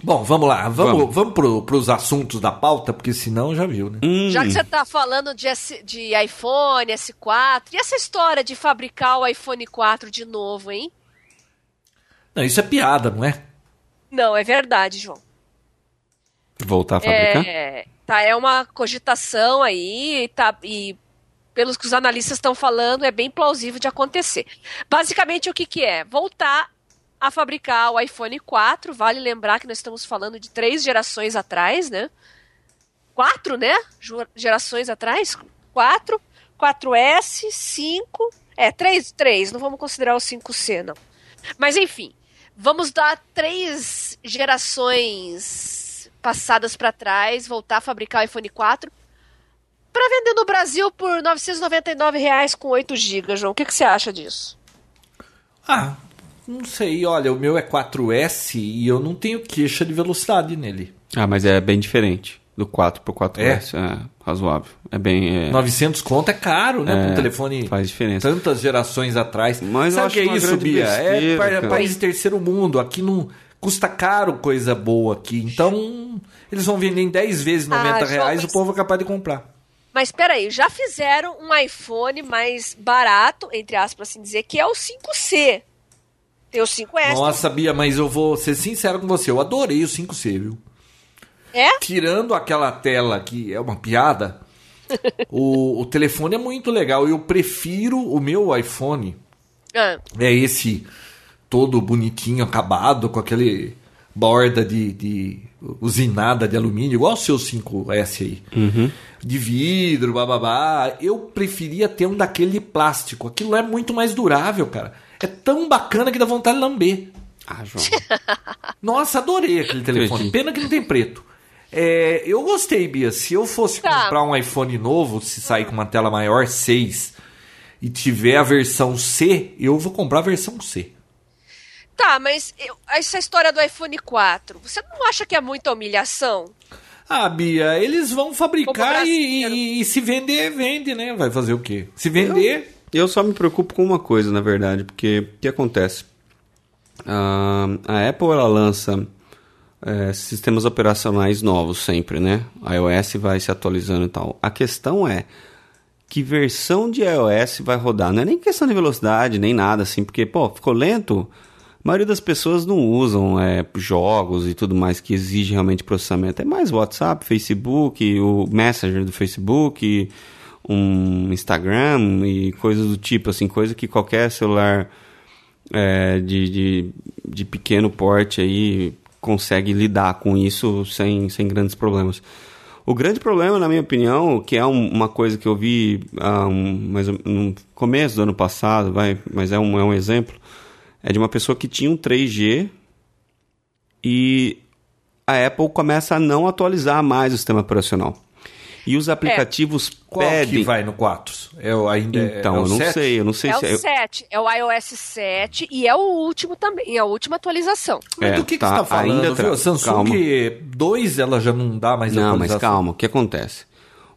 C: Bom, vamos lá. Vamos, vamos.
B: Vamos.
C: pro, pros assuntos da pauta, porque senão já viu, né?
A: Já que você tá falando de, S- de iPhone, S4, e essa história de fabricar o iPhone 4 de novo, hein?
C: Não, isso é piada, não é?
A: Não, é verdade, João.
B: Voltar a fabricar?
A: É, tá, é uma cogitação aí, tá, e pelos que os analistas estão falando, é bem plausível de acontecer. Basicamente, o que, que é? Voltar a fabricar o iPhone 4, vale lembrar que nós estamos falando de três gerações atrás, né? Quatro, né? Ju- Gerações atrás? Quatro, 4S, 5, é, três, três, não vamos considerar o 5C, não. Mas enfim, vamos dar três gerações passadas para trás, voltar a fabricar o iPhone 4 para vender no Brasil por R$ 999 reais com 8 GB, João. O que, que você acha disso?
C: Ah, não sei, olha, o meu é 4S e eu não tenho queixa de velocidade nele.
B: Ah, mas é bem diferente do 4 pro 4S. É, razoável. É bem. é-
C: 900 conto é caro, né? Pra um
B: É,
C: telefone
B: faz diferença.
C: tantas gerações atrás.
B: Mas eu
C: Sabe o
B: acho
C: que é
B: uma
C: isso,
B: grande
C: Bia? é
B: besteira,
C: pa-
B: cara.
C: país de terceiro mundo. Aqui não custa caro coisa boa aqui. Então, eles vão vender em 10 vezes 90
A: Ah,
C: reais,
A: jovens.
C: o povo é capaz de comprar.
A: Mas peraí, já fizeram um iPhone mais barato, entre aspas, assim dizer, que é o 5C. Tem o 5S.
C: Nossa, Bia, mas eu vou ser sincero com você. Eu adorei o 5C, viu?
A: É?
C: Tirando aquela tela que é uma piada, o, o telefone é muito legal. Eu prefiro o meu iPhone.
A: Ah,
C: É esse todo bonitinho, acabado, com aquele borda de, de usinada de alumínio, igual o seu 5S aí.
B: Uhum.
C: De vidro, bababá. Eu preferia ter um daquele de plástico. Aquilo é muito mais durável, cara. É tão bacana que dá vontade de lamber.
B: Ah, João.
C: Nossa, adorei aquele telefone.
B: Entendi.
C: Pena que não tem preto. É, eu gostei, Bia. Se eu fosse
A: Tá.
C: comprar um iPhone novo, se sair com uma tela maior, 6, e tiver a versão C, eu vou comprar a versão C.
A: tá, mas eu- essa história do iPhone 4, você não acha que é muita humilhação?
C: Ah, Bia, eles vão
A: Como
C: fabricar e,
A: brasileiro.
C: e- e se vender, vende, né? Vai fazer o quê? Se vender,
B: Eu só me preocupo com uma coisa, na verdade, porque o que acontece? Ah, a Apple ela lança eh, sistemas operacionais novos sempre, né? A iOS vai se atualizando e tal. A questão é que versão de iOS vai rodar. Não é nem questão de velocidade, nem nada assim, porque, pô, ficou lento. A maioria das pessoas não usam eh, jogos e tudo mais que exige realmente processamento. É mais WhatsApp, Facebook, o Messenger do Facebook, e um Instagram e coisas do tipo, assim, coisa que qualquer celular eh, de, de, de pequeno porte aí consegue lidar com isso sem, sem grandes problemas. O grande problema, na minha opinião, que é um- uma coisa que eu vi ah, um, mais ou- no começo do ano passado, vai, mas é um, é um exemplo, é de uma pessoa que tinha um 3G e a Apple começa a não atualizar mais o sistema operacional. E os aplicativos
C: É, qual
B: pedem.
C: que vai no 4? É o ainda é-
B: Então,
C: é o
B: eu não
C: 7?
B: sei, eu não sei
A: é
B: se
A: o
B: eu-
A: 7, é o iOS 7 e é o último também, é a última atualização.
C: Mas
B: É,
C: do que,
B: tá,
C: que você tá falando?
B: ainda
C: viu?
B: tra-
C: A Samsung
B: calma.
C: 2 ela já não dá mais
B: Não, mas
C: atualização.
B: calma, o que acontece?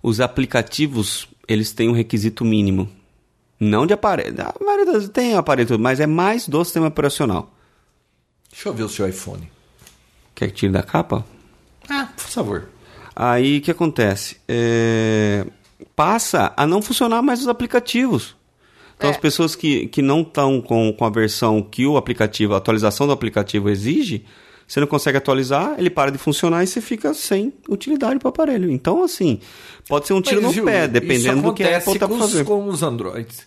B: Os aplicativos, eles têm um requisito mínimo. Não de aparelho. A maioria das tem aparelho, e tudo, mas é mais do sistema operacional.
C: Deixa eu ver o seu iPhone.
B: Quer que tire da capa?
C: Ah, por favor.
B: Aí o que acontece? É, Passa a não funcionar mais os aplicativos. Então
A: É.
B: as pessoas que, que não estão com, com a versão que o aplicativo, a atualização do aplicativo exige, você não consegue atualizar, ele para de funcionar e você fica sem utilidade para o aparelho. Então, assim, pode ser um tiro
C: Mas,
B: no
C: viu,
B: pé, dependendo
C: isso
B: do que a Apple
C: acontece
B: tá
C: com
B: pra
C: os-
B: fazer.
C: com os Androids.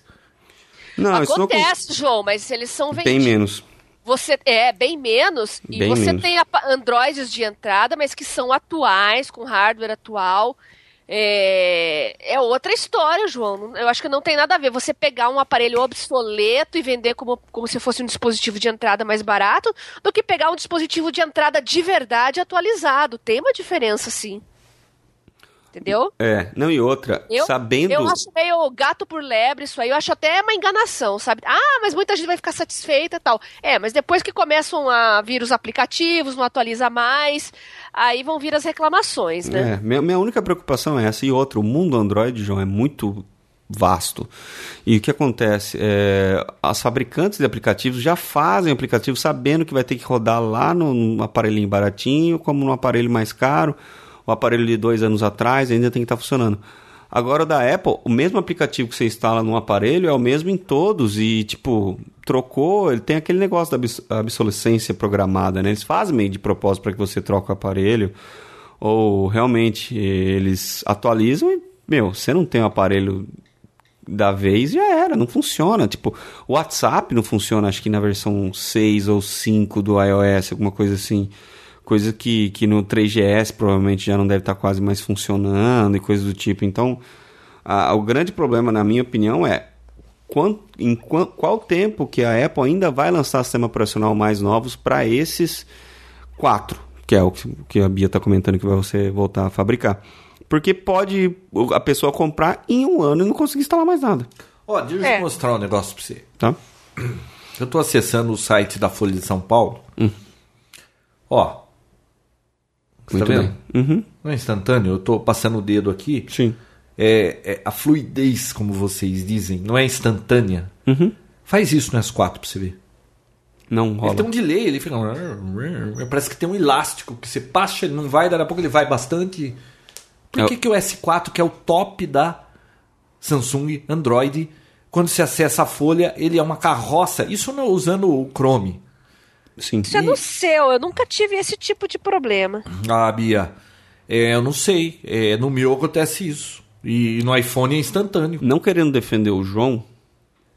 B: Não, Ah, isso não acontece.
A: Acontece, João, mas eles são
B: Bem
A: vendidos.
B: menos.
A: Você é bem menos e
B: Bem
A: você
B: menos.
A: tem apa- androides de entrada, mas que são atuais, com hardware atual. É, é outra história, João. Não- Eu acho que não tem nada a ver. Você pegar um aparelho obsoleto e vender como, como se fosse um dispositivo de entrada mais barato, do que pegar um dispositivo de entrada de verdade atualizado. Tem uma diferença, sim. Entendeu?
B: É, não e outra,
A: Eu,
B: sabendo...
A: eu acho meio gato por lebre isso aí. Eu acho até uma enganação, sabe? Ah, mas muita gente vai ficar satisfeita e tal. É, mas depois que começam a vir os aplicativos, não atualiza mais, aí vão vir as reclamações, né?
B: É, minha, minha única preocupação é essa. E outra, o mundo Android, João, é muito vasto. E o que acontece? É, as fabricantes de aplicativos já fazem o aplicativo sabendo que vai ter que rodar lá no, num aparelhinho baratinho, como num aparelho mais caro. O aparelho de dois anos atrás ainda tem que estar funcionando. Agora o da Apple, o mesmo aplicativo que você instala num aparelho é o mesmo em todos e tipo, trocou, ele tem aquele negócio da abs- obsolescência programada, né? Eles fazem meio de propósito para que você troque o aparelho ou realmente eles atualizam e, meu, você não tem o aparelho da vez, já era, não funciona. Tipo, o WhatsApp não funciona, acho que na versão 6 ou 5 do iOS, alguma coisa assim. Coisa que, que no 3GS provavelmente já não deve estar quase mais funcionando e coisas do tipo. Então, a- o grande problema, na minha opinião, é quan- em qua- qual tempo que a Apple ainda vai lançar sistema operacional mais novos para esses quatro, que é o que que a Bia está comentando que vai você voltar a fabricar. Porque pode o- a pessoa comprar em um ano e não conseguir instalar mais nada,
C: Ó, deixa eu
A: É.
C: mostrar um negócio pra você.
B: tá?
C: Eu tô acessando o site da Folha de São Paulo.
B: Hum.
C: Ó. Você
B: Muito
C: tá vendo?
B: bem. Uhum.
C: Não é instantâneo, eu tô passando o dedo aqui.
B: Sim.
C: É, é a fluidez, como vocês dizem, não é instantânea.
B: Uhum.
C: Faz isso no S4 pra você ver.
B: Não
C: Ele tem
B: rola.
C: um delay, ele fica. Parece que tem um elástico que você passa, ele não vai, daqui a pouco ele vai bastante. Por
B: É o-
C: que, que o S4, que é o top da Samsung Android, quando se acessa a folha, ele é uma carroça? Isso não é usando o Chrome.
B: Sim.
A: Isso é no seu, eu nunca tive esse tipo de problema.
B: Uhum.
C: Ah, Bia, é, eu não sei. É, no meu acontece isso. E no iPhone é instantâneo.
B: Não querendo defender o João,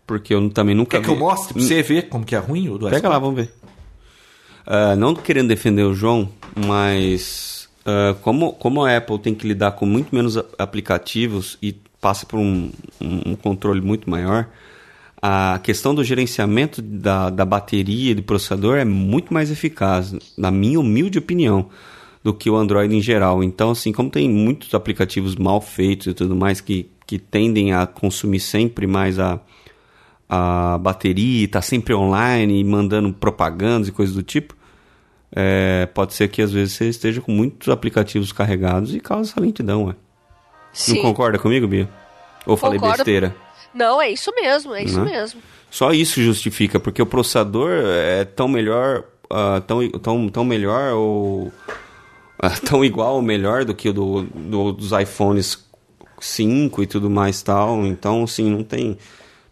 B: porque eu também nunca
C: Quer que eu
B: vi-
C: mostre pra você ver como que é ruim o do
B: Uhum. Pega
C: S4?
B: lá, vamos ver. Ah, não querendo defender o João, mas ah, como, como a Apple tem que lidar com muito menos a- aplicativos e passa por um, um- um controle muito maior, a questão do gerenciamento da, da bateria e do processador é muito mais eficaz, na minha humilde opinião, do que o Android em geral. Então, assim, como tem muitos aplicativos mal feitos e tudo mais que, que tendem a consumir sempre mais a, a bateria está sempre online e mandando propagandas e coisas do tipo, é, pode ser que às vezes você esteja com muitos aplicativos carregados e causa essa lentidão. Ué. Não
A: Sim.
B: concorda comigo, Bia? Ou falei
A: Concordo.
B: besteira?
A: Não, é isso mesmo, é isso
B: Né?
A: mesmo.
B: Só isso justifica, porque o processador é tão melhor, ah, tão, tão, tão melhor ou ah, tão igual ou melhor do que o do, do- dos iPhones 5 e tudo mais tal. Então, assim, não tem,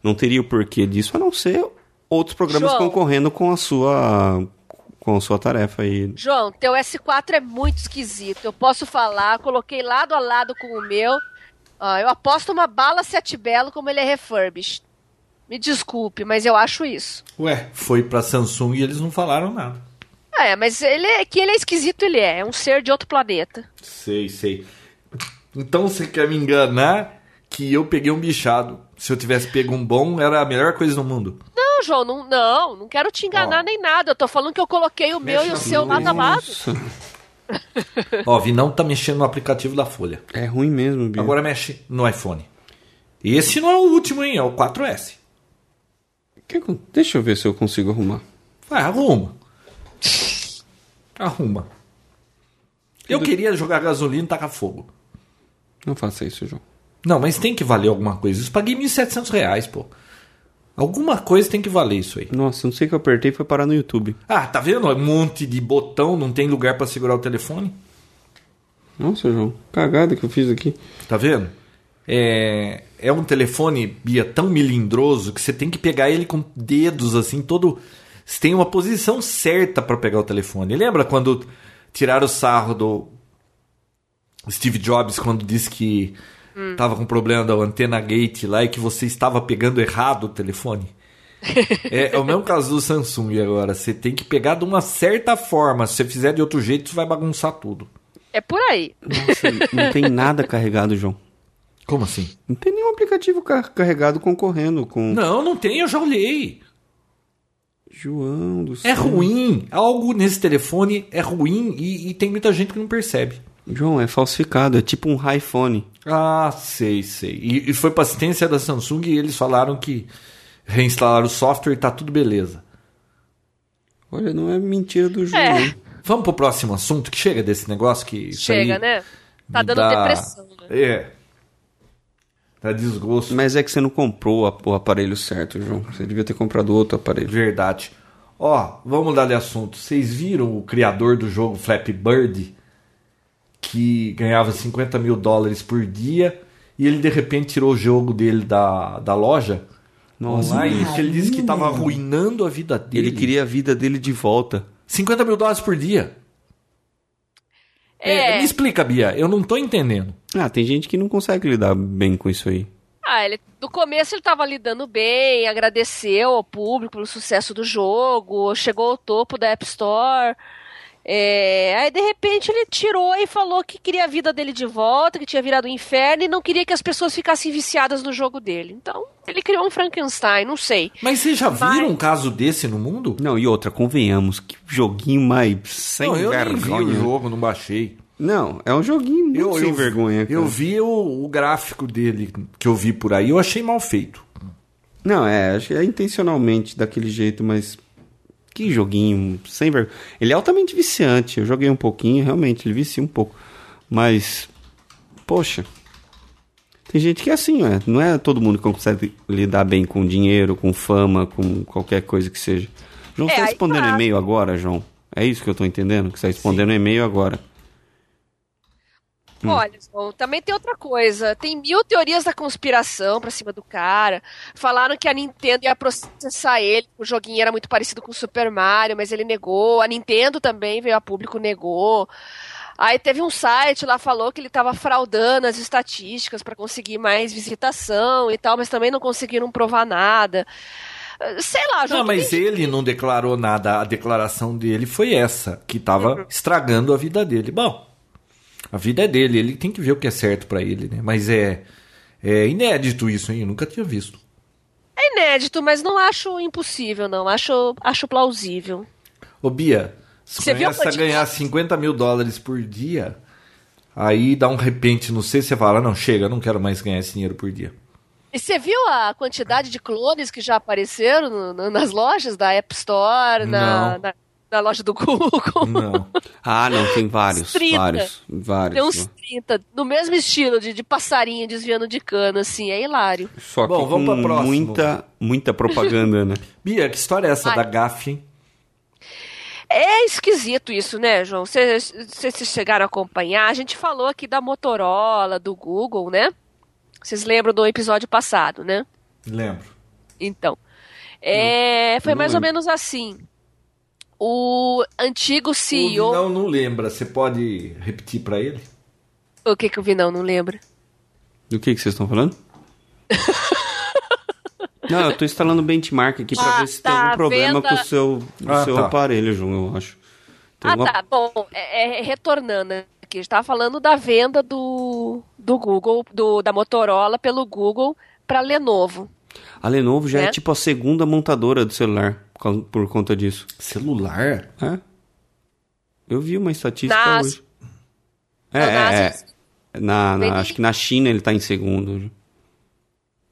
B: não teria o porquê disso, a não ser outros programas
A: João.
B: concorrendo com a sua com a sua tarefa aí.
A: João, teu S4 é muito esquisito. Eu posso falar, coloquei lado a lado com o meu. Ó, eu aposto uma bala sete belo como ele é refurbished. Me desculpe, mas eu acho isso.
C: Ué, foi pra Samsung e eles não falaram nada.
A: É, mas ele é, que ele é esquisito, ele é. É um ser de outro planeta.
C: Sei, sei. Então você quer me enganar que eu peguei um bichado. Se eu tivesse pego um bom, era a melhor coisa do mundo.
A: Não, João, não, não, não quero te enganar
C: Ó.
A: nem nada. Eu tô falando que eu coloquei o meu
C: Mexe
A: e o
C: na
A: seu
C: folha.
A: lado a lado.
C: Ó, Vinão tá mexendo no aplicativo da Folha.
B: É ruim mesmo, Bia.
C: Agora mexe no iPhone. Esse não é o último, hein? É o 4S.
B: Que que eu- deixa eu ver se eu consigo arrumar.
C: Vai, arruma. Arruma. Eu queria jogar gasolina e tacar fogo.
B: Não faça isso, João.
C: Não, mas tem que valer alguma coisa. Isso paguei 1.700 reais, pô. Alguma coisa tem que valer isso aí.
B: Nossa, não sei o que eu apertei foi parar no YouTube.
C: Ah, tá vendo? Um monte de botão, não tem lugar pra segurar o telefone.
B: Nossa, João, cagada que eu fiz aqui.
C: Tá vendo? É, é um telefone, Bia, tão melindroso que você tem que pegar ele com dedos assim, todo. Você tem uma posição certa pra pegar o telefone. Lembra quando tiraram o sarro do Steve Jobs quando disse que tava com problema da antena gate lá e que você estava pegando errado o telefone? É, é o mesmo caso do Samsung agora. Você tem que pegar de uma certa forma. Se você fizer de outro jeito, você vai bagunçar tudo.
A: É por aí.
B: Nossa, não tem nada carregado, João.
C: Como assim?
B: Não tem nenhum aplicativo car- carregado concorrendo com.
C: Não, não tem, eu já olhei.
B: João do céu.
C: É ruim. Algo nesse telefone é ruim e, e tem muita gente que não percebe.
B: João, é falsificado. É tipo um iPhone.
C: Ah, sei, sei. E, e foi pra assistência da Samsung e eles falaram que reinstalaram o software e tá tudo beleza.
B: Olha, não é mentira do João.
A: É.
B: hein?
C: Vamos pro próximo assunto, que chega desse negócio que isso
A: Chega,
C: aí
A: né? Tá
C: me
A: dando
C: dá-
A: depressão. Né?
C: É. Dá desgosto.
B: Mas é que você não comprou a- o aparelho certo, João. Você devia ter comprado outro aparelho.
C: Verdade. Ó, vamos mudar de assunto. Vocês viram o criador do jogo Flappy Bird que ganhava 50 mil dólares por dia e ele de repente tirou o jogo dele da, da loja
B: Nossa.
C: online que ele disse que estava arruinando a vida
B: E
C: dele.
B: Ele queria a vida dele de volta.
C: 50 mil dólares por dia. É,
A: É.
C: me explica, Bia. Eu não tô entendendo.
B: Ah, tem gente que não consegue lidar bem com isso aí.
A: Ah, ele, no começo ele tava lidando bem, agradeceu ao público pelo sucesso do jogo, chegou ao topo da App Store. É, aí de repente ele tirou e falou que queria a vida dele de volta, que tinha virado um inferno e não queria que as pessoas ficassem viciadas no jogo dele. Então ele criou um Frankenstein, não sei.
C: Mas vocês já
A: Vai.
C: viram um caso desse no mundo?
B: Não, e outra, convenhamos, que joguinho mais sem
C: não, eu nem vi o
B: vergonha.
C: jogo, não baixei.
B: Não, é um joguinho muito sem vergonha.
C: Eu
B: cara.
C: vi o, o gráfico dele que eu vi por aí, eu achei mal feito.
B: Não, é, acho que é intencionalmente daquele jeito, mas que joguinho sem vergonha. Ele é altamente viciante. Eu joguei um pouquinho, realmente, ele vicia um pouco. Mas, poxa. Tem gente que é assim, né? não é todo mundo que consegue lidar bem com dinheiro, com fama, com qualquer coisa que seja. João, você
A: É,
B: está
A: aí
B: respondendo
A: tá.
B: e-mail agora, João? É isso que eu estou entendendo? Que você está respondendo e-mail agora.
C: Hum.
A: Olha, João, também tem outra coisa. Tem mil teorias da conspiração pra cima do cara. Falaram que a Nintendo ia processar ele. O joguinho era muito parecido com o Super Mario, mas ele negou. A Nintendo também veio a público, negou. Aí teve um site lá, falou que ele tava fraudando as estatísticas pra conseguir mais visitação e tal, mas também não conseguiram provar nada. Eh, Sei lá, João.
C: Não, mas
A: tem-
C: ele não declarou nada. A declaração dele foi essa, que
A: Uhum.
C: tava estragando a vida dele. Bom, a vida é dele, ele tem que ver o que é certo pra ele, né? Mas é, é inédito isso, hein? Eu nunca tinha visto.
A: É inédito, mas não acho impossível, não. Acho, acho plausível.
C: Ô Bia, se
A: Você viu
C: começa a
A: quanto-
C: ganhar 50 mil dólares por dia, aí dá um repente no C, você fala, não, chega, eu não quero mais ganhar esse dinheiro por dia.
A: E você viu a quantidade de clones que já apareceram no- no- nas lojas da App Store, na,
C: Não.
A: na, na loja do Google?
C: Não.
B: Ah, não, tem vários,
A: 30.
B: vários, vários.
A: Tem uns 30, no mesmo estilo de, de passarinho desviando de cana, assim, é hilário.
B: Só que
C: Bom, vamos
B: com
C: pra próxima.
B: muita, muita propaganda, né?
C: Bia, que história é essa
A: Ai.
C: da GAF, hein?
A: É esquisito isso, né, João? Vocês vocês chegaram a acompanhar? A gente falou aqui da Motorola, do Google, né? Vocês lembram do episódio passado, né?
C: Lembro.
A: Então, é, foi
B: não
A: mais ou
B: lembro.
A: menos assim. O antigo CEO.
C: O Vinão não lembra, você pode repetir pra ele?
A: O que que eu vi? Não, não lembro.
B: Do que, que vocês estão falando? não, eu tô instalando o benchmark aqui pra
A: Ah,
B: ver se
A: tá,
B: tem algum problema
A: venda-
B: com o seu, o
C: Ah,
B: seu
C: tá.
B: aparelho, João, eu acho. Tem
A: ah,
B: alguma-
A: tá. Bom, é, é, retornando aqui, a gente tava falando da venda do, do Google, do, da Motorola pelo Google para Lenovo.
B: A Lenovo já é.
A: Né?
B: tipo a segunda montadora do celular por causa- por conta disso.
C: Celular?
B: É? Eu vi uma estatística
A: Na Ásia.
B: hoje. É, é,
A: Não, na
B: é.
A: Ásia.
B: Na, na-
A: Bem-
B: acho que na China ele tá em segundo.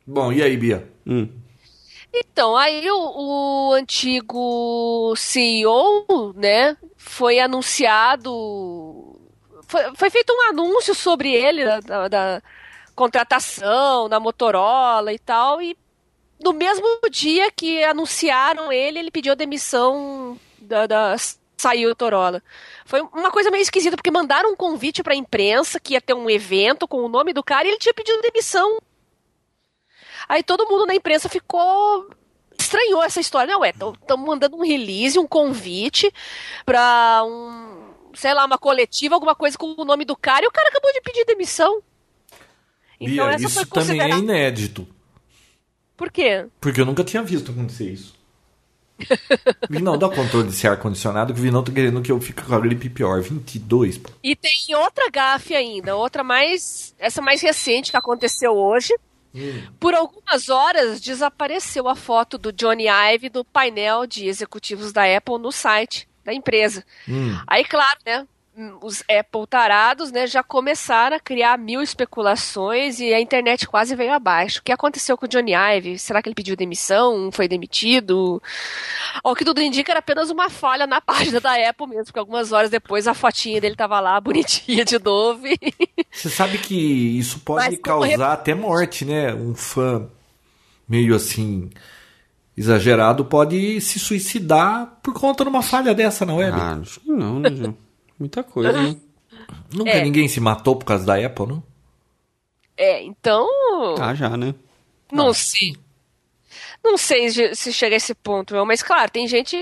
C: Bom, e aí, Bia?
B: Hum.
A: Então, aí o, o antigo CEO, né, foi anunciado. Foi, foi feito um anúncio sobre ele, da, da- da contratação, da Motorola e tal, e no mesmo dia que anunciaram ele, ele pediu a demissão da. da saiu do Torola. Foi uma coisa meio esquisita, porque mandaram um convite pra imprensa que ia ter um evento com o nome do cara e ele tinha pedido demissão Aí todo mundo na imprensa ficou. estranhou essa história. Não, ué, estamos mandando um release, um convite pra um. sei lá, uma coletiva, alguma coisa com o nome do cara e o cara acabou de pedir demissão. Então
C: Bia,
A: essa
C: isso
A: foi
C: também é
A: considerada.
C: inédito.
A: Por quê?
C: Porque eu nunca tinha visto acontecer isso. Vinão, dá controle desse ar-condicionado que o Vinão tá querendo que eu fique com a gripe pior. 22, pô.
A: E tem outra gafe ainda, outra mais. essa mais recente que aconteceu hoje. Por algumas horas desapareceu a foto do Johnny Ive do painel de executivos da Apple no site da empresa.
C: Hum.
A: Aí, claro, né? Os Apple tarados, né, já começaram a criar mil especulações e a internet quase veio abaixo. O que aconteceu com o Johnny Ive? Será que ele pediu demissão? Foi demitido? Ao que tudo indica, era apenas uma falha na página da Apple mesmo, porque algumas horas depois a fotinha dele tava lá, bonitinha de novo.
C: Você sabe que isso pode
A: Mas como
C: causar até morte, né? Um fã meio assim exagerado pode se suicidar por conta de uma falha dessa é, na web.
B: Ah, acho que não, né, João? Muita coisa, né?
C: Nunca
A: É.
C: ninguém se matou por causa da Apple, não?
A: É, então.
C: tá.
B: Ah, já, né?
A: Não sei. Não sei se se chega a esse ponto, meu, mas claro, tem gente.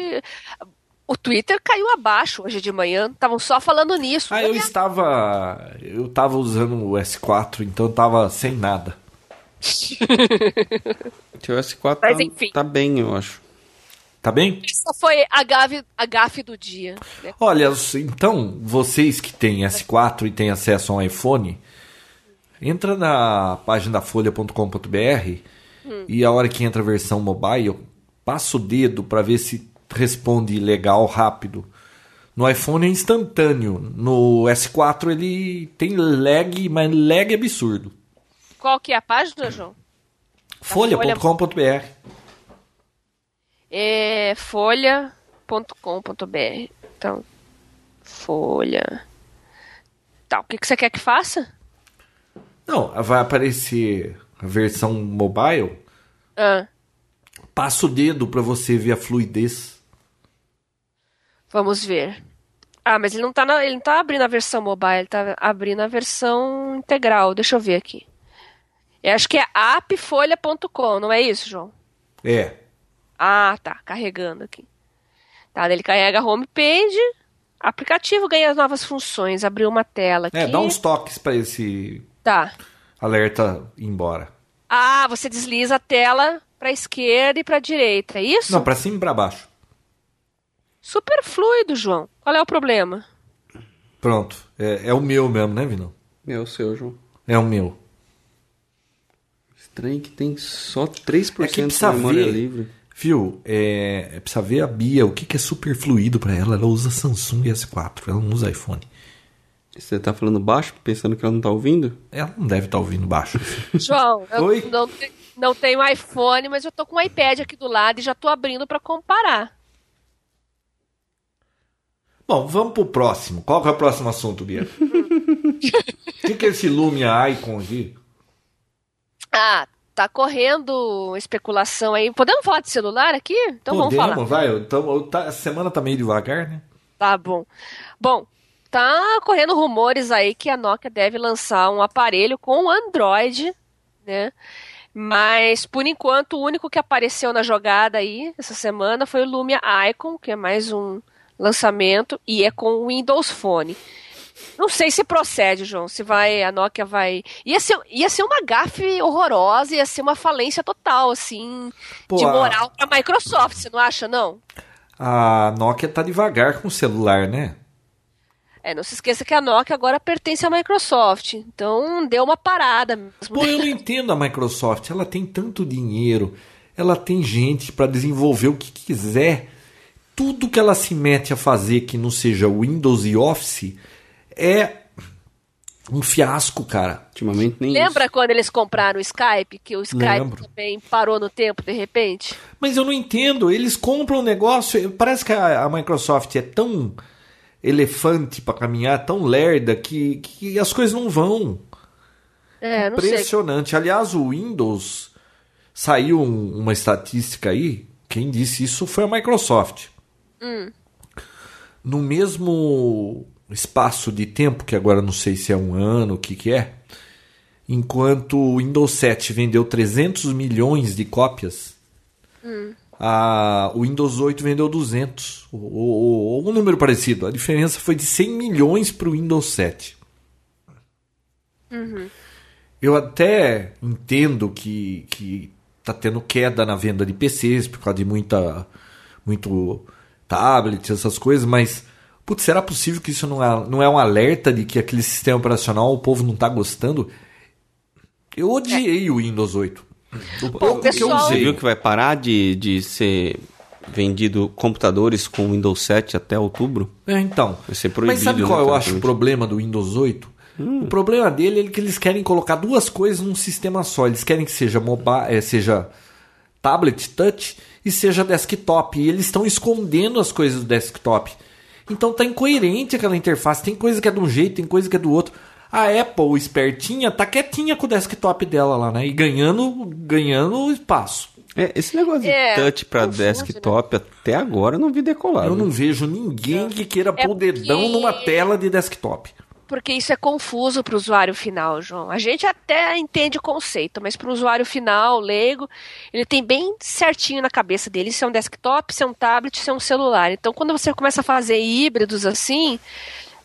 A: O Twitter caiu abaixo hoje de manhã, estavam só falando nisso.
C: Ah, eu
A: Olha,
C: estava. Eu estava usando o S4, então eu tava sem nada.
B: Teu S4
A: Mas
B: tá-
A: enfim.
B: tá bem, eu acho.
C: Tá bem?
A: Essa foi a gafe, a gafe do dia. né?
C: Olha, s- então, vocês que têm S4 e têm acesso a um iPhone, entra na página da folha.com.br e a hora que entra a versão mobile, passa o dedo para ver se responde legal rápido. No iPhone é instantâneo, no S4 ele tem lag, mas lag absurdo.
A: Qual que é a página, João?
C: Folha.com.br.
A: É folha.com.br. Então, folha. Tá, o que, que você quer que faça?
C: Não, vai aparecer a versão mobile.
A: Ah,
C: Passa o dedo para você ver a fluidez.
A: vamos ver. Ah, mas ele não, tá na- ele não tá abrindo a versão mobile, ele tá abrindo a versão integral. Deixa eu ver aqui. Eu acho que é appfolha.com, não é isso, João?
C: É.
A: Ah, tá. Carregando aqui. Tá, daí ele carrega a homepage. Aplicativo ganha novas funções. Abriu uma tela aqui.
C: É, dá uns toques para esse
A: Tá.
C: alerta ir embora.
A: Ah, você desliza a tela pra esquerda e pra direita, é isso?
C: Não, para cima e para baixo.
A: Super fluido, João. Qual é o problema?
C: Pronto. É, é o meu mesmo, né, Vinão?
B: É o seu, João.
C: É o meu.
B: Estranho que tem só
C: É que
B: 3%
C: precisa
B: de memória
C: ver,
B: livre.
C: Viu? É, é precisa ver a Bia, o que, que é super fluido pra ela. Ela usa Samsung S4, ela não usa iPhone.
B: Você tá falando baixo, pensando que ela não tá ouvindo?
C: Ela não deve estar ouvindo baixo.
A: João, eu
C: Oi?
A: Não, te- não tenho iPhone, mas eu tô com um iPad aqui do lado e já tô abrindo pra comparar.
C: Bom, vamos pro próximo. Qual que é o próximo assunto, Bia? O que, que é esse Lumia Icon aqui?
A: Ah, tá correndo especulação aí. Podemos falar de celular aqui? Então vamos falar.
C: vai. eu- Então, eu tá- a semana tá meio devagar, né?
A: Tá bom. Bom, tá correndo rumores aí que a Nokia deve lançar um aparelho com Android, né? Mas por enquanto o único que apareceu na jogada aí essa semana foi o Lumia Icon, que é mais um lançamento e é com o Windows Phone. Não sei se procede, João, se vai a Nokia vai ia ser, ia ser uma gafe horrorosa, ia ser uma falência total assim,
C: Pô,
A: de
C: a-
A: moral pra Microsoft, você não acha não?
C: A Nokia tá devagar com o celular, né?
A: É, não se esqueça que a Nokia agora pertence à Microsoft. Então deu uma parada mesmo.
C: Pô, eu não entendo a Microsoft. Ela tem tanto dinheiro, ela tem gente para desenvolver o que quiser. Tudo que ela se mete a fazer que não seja Windows e Office é um fiasco, cara.
B: Ultimamente nem
A: Lembra quando eles compraram o Skype? Que o Skype
C: Lembro.
A: também parou no tempo de repente?
C: Mas eu não entendo. Eles compram um negócio. Parece que a, a Microsoft é tão elefante para caminhar, tão lerda, que, que as coisas não vão.
A: É, não sei.
C: Impressionante. Aliás, o Windows saiu um- uma estatística aí. Quem disse isso foi a Microsoft.
A: Hum.
C: No mesmo espaço de tempo, que agora não sei se é um ano, o que, que é, enquanto o Windows 7 vendeu 300 milhões de cópias, a- o Windows 8 vendeu 200. Ou, ou- ou um número parecido. A diferença foi de 100 milhões para o Windows 7. Eu até entendo que, que tá tendo queda na venda de PCs por causa de muita muito tablet, essas coisas, mas putz, será possível que isso não é, não é um alerta de que aquele sistema operacional o povo não tá gostando? Eu odiei o Windows 8. O pouco que
A: pessoal-
C: eu
B: Você
C: usei.
B: viu que vai parar de, de ser vendido computadores com Windows 7 até outubro?
C: É, então.
B: Vai ser
C: Mas
B: proibido,
C: sabe
B: né, Hum.
C: qual eu acho
B: praticamente.
C: o problema do Windows 8? O problema dele é que eles querem colocar duas coisas num sistema só. Eles querem que seja mobile, seja tablet touch e seja desktop. E eles estão escondendo as coisas do desktop. Então tá incoerente aquela interface. Tem coisa que é de um jeito, tem coisa que é do outro. A Apple, espertinha, tá quietinha com o desktop dela lá, né? E ganhando, ganhando espaço.
B: É, esse negócio
A: É, né?
B: de touch pra
A: confuso,
B: desktop até agora eu não vi decolar.
C: Eu
B: né?
C: não vejo ninguém que queira pôr o dedão
A: porque-
C: numa tela de desktop.
A: Porque isso é confuso para o usuário final, João. A gente até entende o conceito, mas para o usuário final, leigo, ele tem bem certinho na cabeça dele se é um desktop, se é um tablet, se é um celular. Então, quando você começa a fazer híbridos assim,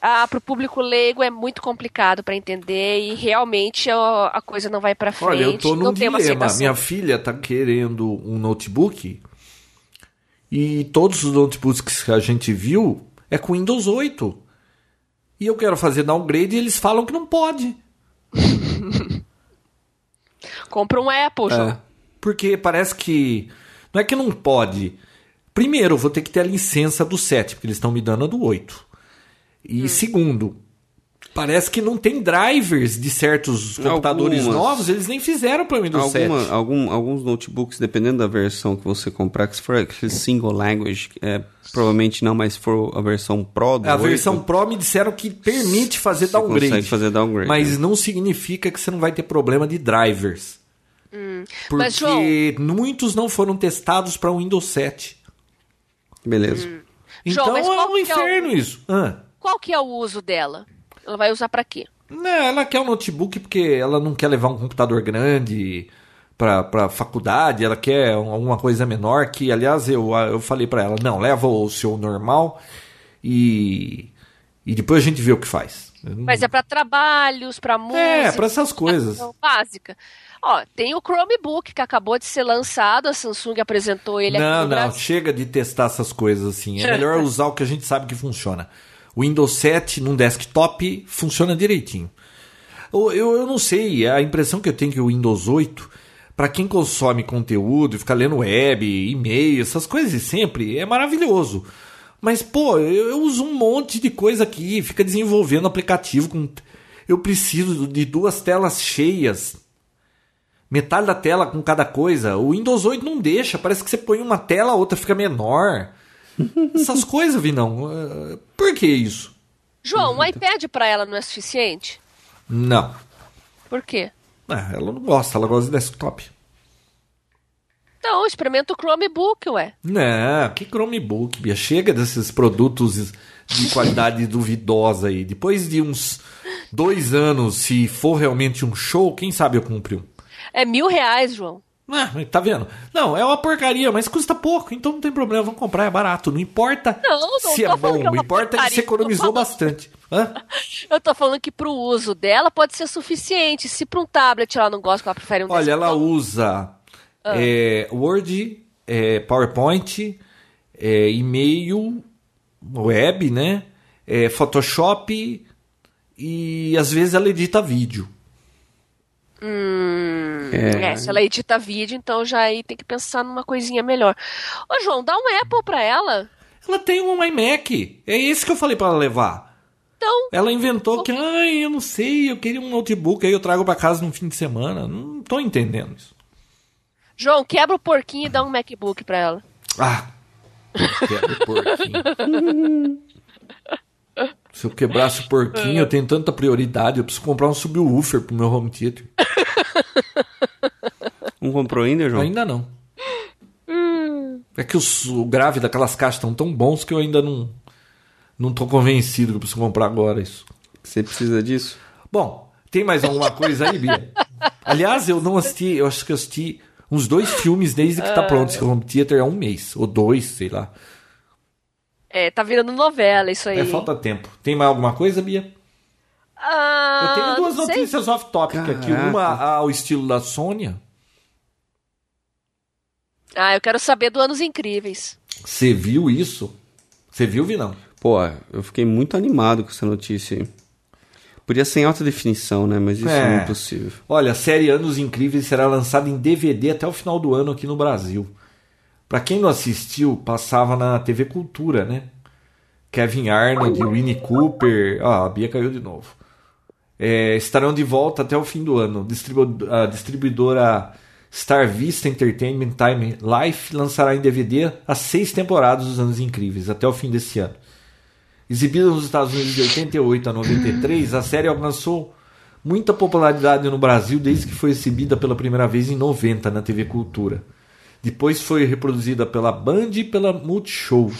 A: para o público leigo é muito complicado para entender e realmente ó, a coisa não vai para frente.
C: Olha, eu tô num
A: não tem uma
C: dilema.
A: aceitação.
C: Minha filha tá querendo um notebook e todos os notebooks que a gente viu é com Windows 8. E eu quero fazer downgrade e eles falam que não pode.
A: Compra um Apple, João.
C: É. Porque parece que. Não é que não pode. Primeiro, eu vou
A: Hum.
C: ter que ter a licença do 7, porque eles estão me dando a do 8. E segundo, Parece que não tem drivers de certos computadores
B: Algumas.
C: novos, eles nem fizeram para o Windows 7.
B: Alguma- algum- alguns notebooks, dependendo da versão que você comprar, que se for aquele single language, é, provavelmente não, mas se for a versão Pro do
C: É, A
B: 8,
C: versão Pro me disseram que permite fazer
B: você
C: downgrade.
B: consegue fazer downgrade.
C: Mas não significa que você não vai ter problema de drivers. Porque
A: Hum. Mas, João-
C: muitos não foram testados para o Windows 7.
B: Beleza.
A: Hum. João,
C: Então
A: mas
C: é
A: qual
C: um
A: que é o-
C: inferno isso. Ah.
A: Qual que é o uso dela? Ela vai usar pra quê?
C: Não, ela quer um notebook porque ela não quer levar um computador grande pra, pra faculdade, ela quer um- alguma coisa menor, que aliás eu, eu falei pra ela, não, leva o seu normal e, e depois a gente vê o que faz.
A: Mas é pra trabalhos, pra música.
C: Hum. É, pra essas coisas.
A: aplicação básica. Ó, tem o Chromebook que acabou de ser lançado, a Samsung apresentou ele é aqui
C: não,
A: no
C: não,
A: Brasil.
C: chega de testar essas coisas assim. É melhor usar o que a gente sabe que funciona. O Windows 7 num desktop funciona direitinho. Eu, eu, eu não sei, a impressão que eu tenho é que o Windows 8, para quem consome conteúdo, e fica lendo web, e-mail, essas coisas de sempre, é maravilhoso. Mas, pô, eu, eu uso um monte de coisa aqui, fica desenvolvendo aplicativo. Com... Eu preciso de duas telas cheias metade da tela com cada coisa. O Windows 8 não deixa, parece que você põe uma tela, a outra fica menor. Essas coisas, Vinão. eh, Por que isso?
A: João, um
C: Uhum.
A: iPad pra ela não é suficiente?
C: Não.
A: Por quê?
C: Ah, ela não gosta, ela gosta de desktop.
A: Então, experimenta o Chromebook, ué.
C: Não, Né? que Chromebook, Bia. Chega desses produtos de qualidade duvidosa aí. Depois de uns dois anos, se for realmente um show, quem sabe eu compro um.
A: É mil reais, João.
C: Ah, mas tá vendo? Não, é uma porcaria, mas custa pouco, então não tem problema, vamos comprar, é barato. Não importa
A: Não, não
C: se
A: tô
C: é
A: falando
C: bom,
A: que é
C: o
A: uma
C: importa é que
A: porcaria, tô
C: você economizou
A: falando-
C: bastante. Hã?
A: Eu tô falando que pro uso dela pode ser suficiente. Se pra um tablet ela não gosta, que ela prefere um
C: Olha, ela
A: desktop.
C: usa
A: Ah.
C: é, Word, é, PowerPoint, é, e-mail, web, né? É, Photoshop e às vezes ela edita vídeo.
A: Hum,
B: É.
A: é, se ela edita vídeo, então já aí tem que pensar numa coisinha melhor. Ô, João, dá um Apple pra ela.
C: Ela tem um iMac, é esse que eu falei pra ela levar.
A: Então,
C: Ela inventou que, ai, eu não sei, eu queria um notebook, aí eu trago pra casa no fim de semana. Não tô entendendo isso.
A: João, quebra o porquinho e dá um MacBook pra ela.
C: Ah! Quebra o porquinho. Se eu quebrasse o porquinho, eu tenho tanta prioridade, eu preciso comprar um subwoofer pro meu home theater.
B: Não Um comprou ainda, João?
C: Ainda não. É que os- o grave daquelas caixas estão tão bons que eu ainda não, não tô convencido que eu preciso comprar agora isso.
B: Você precisa disso?
C: Bom, tem mais alguma coisa aí, Bia? Aliás, eu não assisti, eu acho que eu assisti uns dois filmes desde que tá
A: Ah.
C: pronto esse home theater há um mês, ou dois, sei lá.
A: É, tá virando novela isso aí.
C: É falta tempo. Tem mais alguma coisa, Bia?
A: Ah,
C: eu tenho duas
A: não sei.
C: notícias off-topic aqui.
B: Caraca.
C: Uma ao estilo da Sônia.
A: Ah, eu quero saber do Anos Incríveis.
C: Você viu isso? Você viu, Vinão?
B: Pô, eu fiquei muito animado com essa notícia aí. Podia ser em alta definição, né? Mas isso é,
C: É.
B: impossível.
C: Olha, a série Anos Incríveis será lançada em DVD até o final do ano aqui no Brasil. Pra quem não assistiu, passava na TV Cultura, né? Kevin Arnold, Winnie Cooper. Ah, a Bia caiu de novo. É, estarão de volta até o fim do ano. Distribu- a distribuidora Star Vista Entertainment Time Life lançará em DVD as seis temporadas dos Anos Incríveis até o fim desse ano. Exibida nos Estados Unidos de 88 a 93, a série alcançou muita popularidade no Brasil desde que foi exibida pela primeira vez em 90 na TV Cultura. Depois foi reproduzida pela Band e pela Multishow.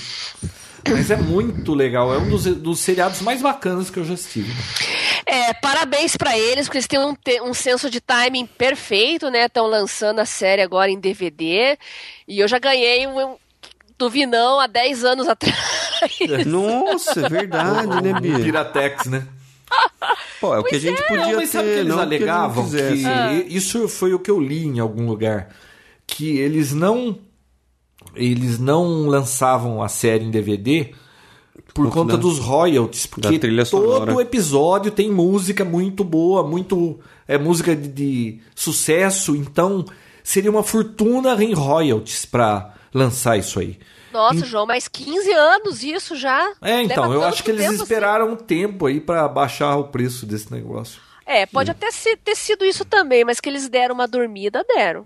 C: Mas é muito legal, é um dos, dos seriados mais bacanas que eu já estive.
A: É, parabéns pra eles, porque eles têm um, te- um senso de timing perfeito, né? Estão lançando a série agora em DVD. E eu já ganhei um, um do Vinão há 10 anos atrás.
B: Nossa, é verdade, né,
C: Um
B: Bia?
C: Piratex, né?
B: Pô, é o que a gente podia
C: Não, mas sabe que
B: ter,
C: eles
B: não o que eles
C: alegavam
B: não
C: que, Ah.
B: quisessem.
A: Ah.
C: isso foi o que eu li em algum lugar que eles não eles não lançavam a série em DVD por
B: Por
C: conta
B: da-
C: dos royalties, porque
B: trilha
C: todo
B: sonora.
C: episódio tem música muito boa, muito é música de, de sucesso, então seria uma fortuna em royalties pra lançar isso aí.
A: Nossa, João, mas 15 anos isso já?
C: É, então,
A: Leva
C: eu
A: tanto
C: acho que eles
A: tempo assim.
C: esperaram um tempo aí pra baixar o preço desse negócio.
A: É, pode até se- ter sido isso também, mas que eles deram uma dormida, deram.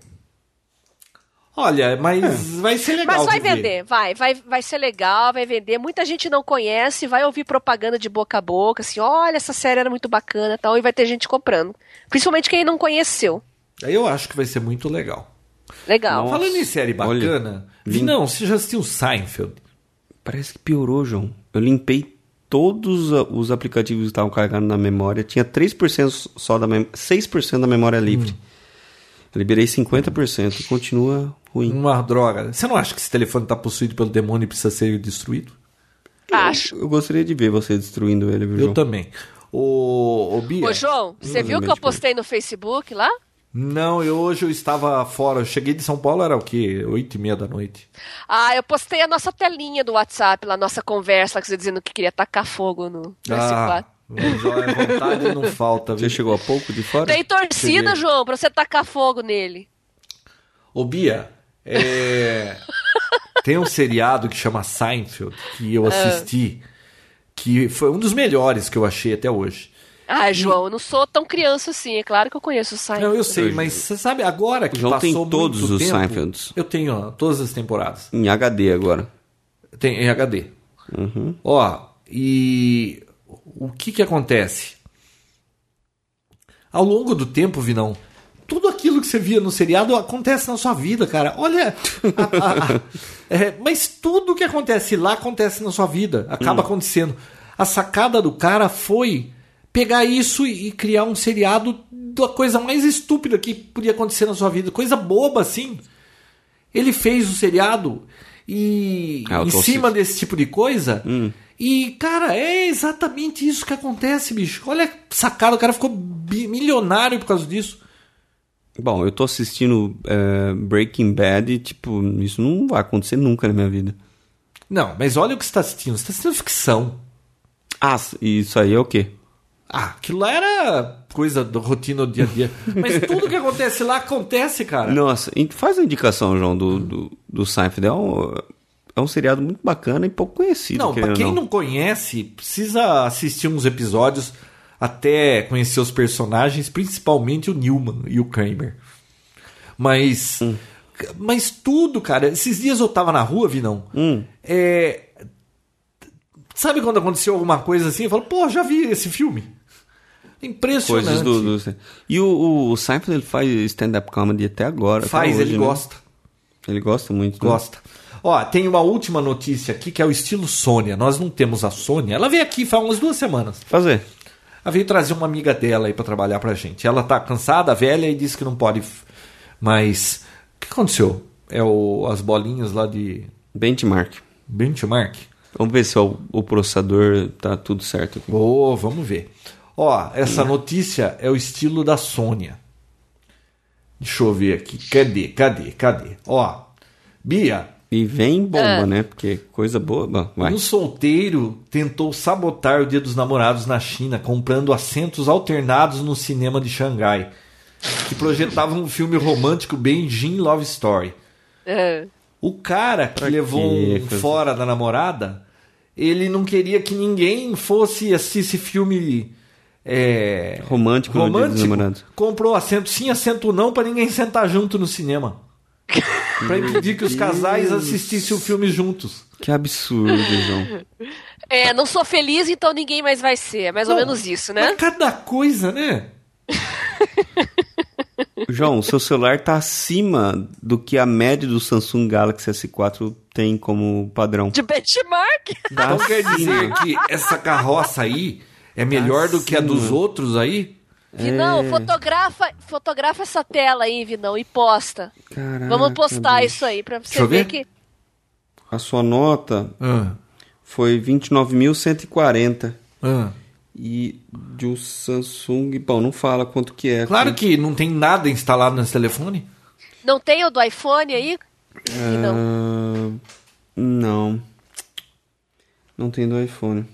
C: Olha, mas
B: É.
C: vai ser é legal.
A: Mas vai
C: de ver.
A: vender, vai, vai, vai ser legal, vai vender. Muita gente não conhece, vai ouvir propaganda de boca a boca, assim, olha, essa série era muito bacana e tal, e vai ter gente comprando. Principalmente quem não conheceu.
C: Aí Eu acho que vai ser muito legal.
A: Legal.
B: Nossa,
C: Falando em série
B: olha,
C: bacana,
B: lindo.
C: não, você já assistiu Seinfeld?
B: Parece que piorou, João. Eu limpei todos a- os aplicativos que estavam carregando na memória. Tinha 3% só da memória. 6% da memória livre. Eu liberei 50%. Continua ruim.
C: Uma droga. Você não acha que esse telefone tá possuído pelo demônio e precisa ser destruído?
A: Acho.
B: Eu gostaria de ver você destruindo ele, viu,
C: Eu
B: João?
C: também. Ô, ô Bia.
A: Ô, João, você viu que eu
B: Infelizmente,
A: postei no Facebook lá?
C: Não, eu hoje eu estava fora. Eu cheguei de São Paulo, era o quê? Oito e meia da noite.
A: Ah, eu postei a nossa telinha do WhatsApp, lá, a nossa conversa, lá, que você tá dizendo que queria tacar fogo no, no
C: Ah,
A: S4.
C: mas, olha, vontade não falta, viu?
B: Você chegou há pouco de fora?
A: Tem torcida,
C: Você vê.
A: João, pra você tacar fogo nele.
C: Ô Bia, é... tem um seriado que chama Seinfeld, que eu assisti, que foi um dos melhores que eu achei até hoje.
A: Ah, João, eu não sou tão criança assim, é claro que eu conheço o Seinfeld.
C: Não, eu sei, mas você sabe, agora que
B: João
C: passou
B: tem
C: muito
B: todos os
C: tempo,
B: Seinfelds.
C: Eu tenho ó, todas as temporadas.
B: Em HD agora.
C: Tem em HD. Ó, e o que que acontece? Ao longo do tempo, Vinão, tudo aquilo que você via no seriado acontece na sua vida, cara. Olha, a- a- a- é, mas tudo que acontece lá acontece na sua vida, acaba acontecendo. A sacada do cara foi pegar isso e, e criar um seriado da coisa mais estúpida que podia acontecer na sua vida, coisa boba assim. Ele fez o seriado e
B: Ah, eu
C: em
B: tô Hum.
C: cima desse tipo de coisa. E, cara, é exatamente isso que acontece, bicho. Olha a sacada, o cara ficou bi- milionário por causa disso.
B: Bom, eu tô assistindo eh, Breaking Bad e, tipo, isso não vai acontecer nunca na minha vida.
C: Não, mas olha o que você está assistindo. Você está assistindo ficção.
B: Ah, isso aí é o quê?
C: Ah, aquilo lá era coisa da rotina do dia a dia. mas tudo que acontece lá acontece, cara.
B: Nossa, in- faz a indicação, João, do, do, do Seinfeld. É um, é um seriado muito bacana e pouco conhecido.
C: Não, pra
B: querendo
C: quem
B: ou
C: não conhece, precisa assistir uns episódios até conhecer os personagens, principalmente o Newman e o Kramer. Mas.
B: Hum.
C: Mas tudo, cara. Esses dias eu tava na rua, Vinão.
B: Hum.
C: É, sabe quando aconteceu alguma coisa assim? Eu falo, pô, já vi esse filme. Impressionante.
B: Coisas do, do- E o, o, o Seinfeld ele faz stand-up comedy até agora. até
C: Faz,
B: hoje, né?
C: ele gosta.
B: Ele gosta muito. né?
C: Gosta. Ó, tem uma última notícia aqui que é o estilo Sônia. Nós não temos a Sônia. Ela veio aqui faz umas duas semanas.
B: Fazer.
C: Ela veio trazer uma amiga dela aí pra trabalhar pra gente. Ela tá cansada, velha, e disse que não pode. f- Mas. O que aconteceu? É o, as bolinhas lá de
B: Benchmark.
C: benchmark?
B: Vamos ver se é o, o processador tá tudo certo. aqui.
C: Ô, vamos ver. Ó, essa notícia é o estilo da Sônia. Deixa eu ver aqui. Cadê, cadê, cadê? Ó, Bia,
B: E vem bomba, né? Porque coisa boa. Bom, vai.
C: um solteiro tentou sabotar o Dia dos Namorados na China comprando assentos alternados no cinema de Xangai, que projetava um filme romântico Beijing Love Story.
A: É.
C: O cara que levou
B: quê,
C: um
B: coisa-
C: fora da namorada, ele não queria que ninguém fosse assistir esse filme é,
B: Romântico no Dia dos Namorados.
C: Comprou assento sim, assento não, pra ninguém sentar junto no cinema. Pra impedir que os casais assistissem o filme juntos.
B: Que absurdo, João.
A: É, não sou feliz, então ninguém mais vai ser. É mais ou
C: Não,
A: menos isso, né?
C: Mas cada coisa, né?
B: João, seu celular tá acima do que a média do Samsung Galaxy S4 tem como padrão.
A: De benchmark.
B: Tá
C: Então quer dizer
B: acima.
C: que essa carroça aí é melhor do que a dos
B: Acima.
C: outros aí?
A: Vinão,
C: É.
A: fotografa, fotografa essa tela aí, Vinão, e posta.
B: Caraca,
A: Vamos postar
B: bicho.
A: isso aí pra você
C: Ah, Deixa eu
A: ver, que.
C: ver.
B: A sua nota
C: Ah,
B: foi 29.140.
C: ah.
B: E de um Samsung. Bom, não fala quanto que é.
C: Claro que não tem nada instalado nesse telefone.
A: Não tem o do iPhone aí?
B: Ah,
A: Vinão.
B: não. Não tem do iPhone.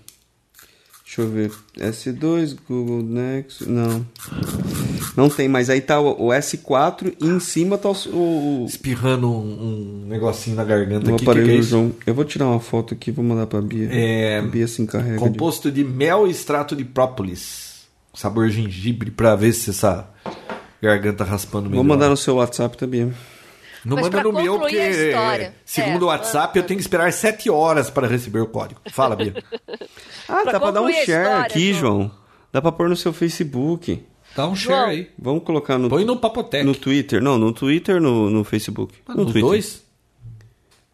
B: Deixa eu ver. S2, Google Nexus. Não. Não tem, mas aí tá o, o S4 e em cima tá o. o
C: Espirrando um, um negocinho na garganta
B: o
C: aqui. que que é
B: aparelho
C: isso?
B: João. Eu vou tirar uma foto aqui, vou mandar pra Bia.
C: É,
B: A Bia se encarrega. de-
C: Composto de mel e extrato de própolis. Sabor gengibre pra ver se essa garganta raspando
B: Vou
C: melhor.
B: mandar no seu WhatsApp também.
C: Não
A: Mas
C: manda
A: pra
C: no meu, porque eh,
A: concluir a história.
C: segundo o
A: É,
C: WhatsApp, eu tenho que esperar sete horas para receber o código. Fala, Bia.
B: Ah,
A: Pra
B: dá pra dar um
A: concluir a
B: share
A: história,
B: aqui,
A: João.
B: João. Dá pra pôr no seu Facebook.
C: Dá um
A: João.
C: share aí.
B: Vamos colocar no,
C: Põe no Papotec.
B: no Twitter. Não, no Twitter no, no Facebook.
C: Ah,
B: no
C: nos
B: Twitter.
C: dois?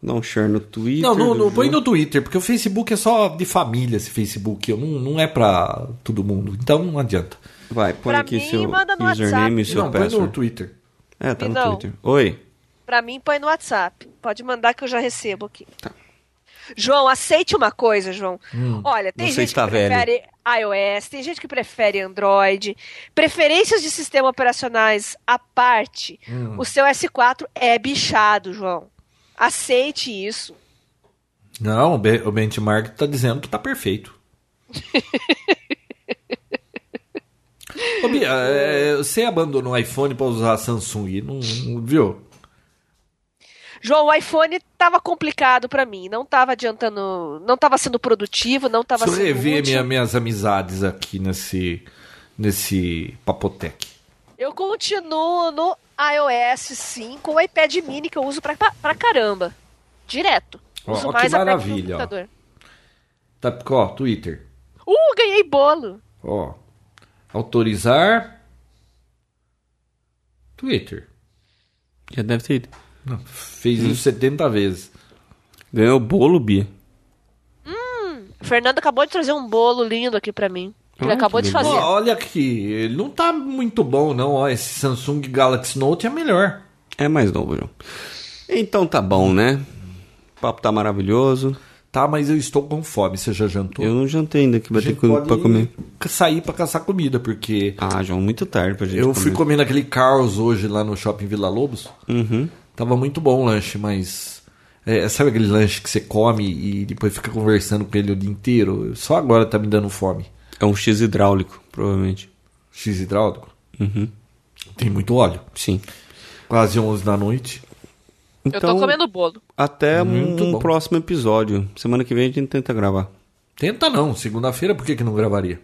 B: Dá um share no Twitter.
C: Não, não,
B: do
C: não, põe
B: João.
C: no Twitter, porque o Facebook é só de família, esse Facebook. Eu não, não é pra todo mundo. Então não adianta.
B: Vai, põe
A: Pra
B: aqui
A: mim,
B: seu
A: manda no
B: username e seu
C: não, põe no
B: password.
C: Twitter.
B: É, tá no
A: Não.
B: Twitter. Oi.
A: Pra mim, põe no WhatsApp. Pode mandar que eu já recebo aqui.
C: Tá.
A: João, aceite uma coisa, João.
C: Hum,
A: Olha, tem
B: Você
A: gente
B: está
C: tá
A: que
B: velho.
A: prefere iOS, tem gente que prefere Android. Preferências de sistema operacionais à parte,
C: Hum.
A: o seu S4 é bichado, João. Aceite isso.
C: Não, o be- o benchmark tá dizendo que tá perfeito. Ô, Bia, é, você abandonou o iPhone pra usar a Samsung, não, não- viu?
A: João, o iPhone tava complicado pra mim, não tava adiantando, não tava sendo produtivo, não tava
C: Deixa eu
A: sendo
C: rever
A: útil.
C: minha- minhas amizades aqui nesse, nesse papotec.
A: Eu continuo no iOS 5, o iPad mini que eu uso pra, pra caramba. Direto.
C: Ó,
A: Uso
C: ó que
A: mais a parte do
C: maravilha, ó.
A: computador.
C: Tá, ó, Twitter.
A: Uh, ganhei bolo.
C: Ó, autorizar. Twitter.
B: Já deve ter ido.
C: Não, fez isso 70 vezes.
B: Ganhou o bolo, Bia.
A: O Fernando acabou de trazer um bolo lindo aqui pra mim. Ele
B: Ah,
A: acabou
B: que
A: de
C: Ó,
A: fazer.
C: olha aqui, ele não tá muito bom não, ó, esse Samsung Galaxy Note é melhor.
B: É mais novo, João. Então tá bom, né? O papo tá maravilhoso.
C: Tá, mas eu estou com fome, você já jantou?
B: Eu não jantei ainda, que vai
C: A
B: ter
C: gente
B: co- pra comer.
C: sair pra caçar comida, porque
B: Ah, João, muito tarde pra gente
C: eu
B: comer.
C: fui comendo aquele Carl's hoje lá no Shopping Vila Lobos.
B: Uhum.
C: Tava muito bom o lanche, mas... é, sabe aquele lanche que você come e depois fica conversando com ele o dia inteiro? Só agora tá me dando fome.
B: É um X hidráulico, provavelmente.
C: X hidráulico?
B: Uhum.
C: Tem muito óleo.
B: Sim.
C: Quase 11 da noite.
A: Eu
B: Então,
A: tô comendo bolo.
B: até um,
C: Muito bom.
B: próximo episódio. Semana que vem a gente tenta gravar.
C: Tenta não, segunda-feira por que, que não gravaria?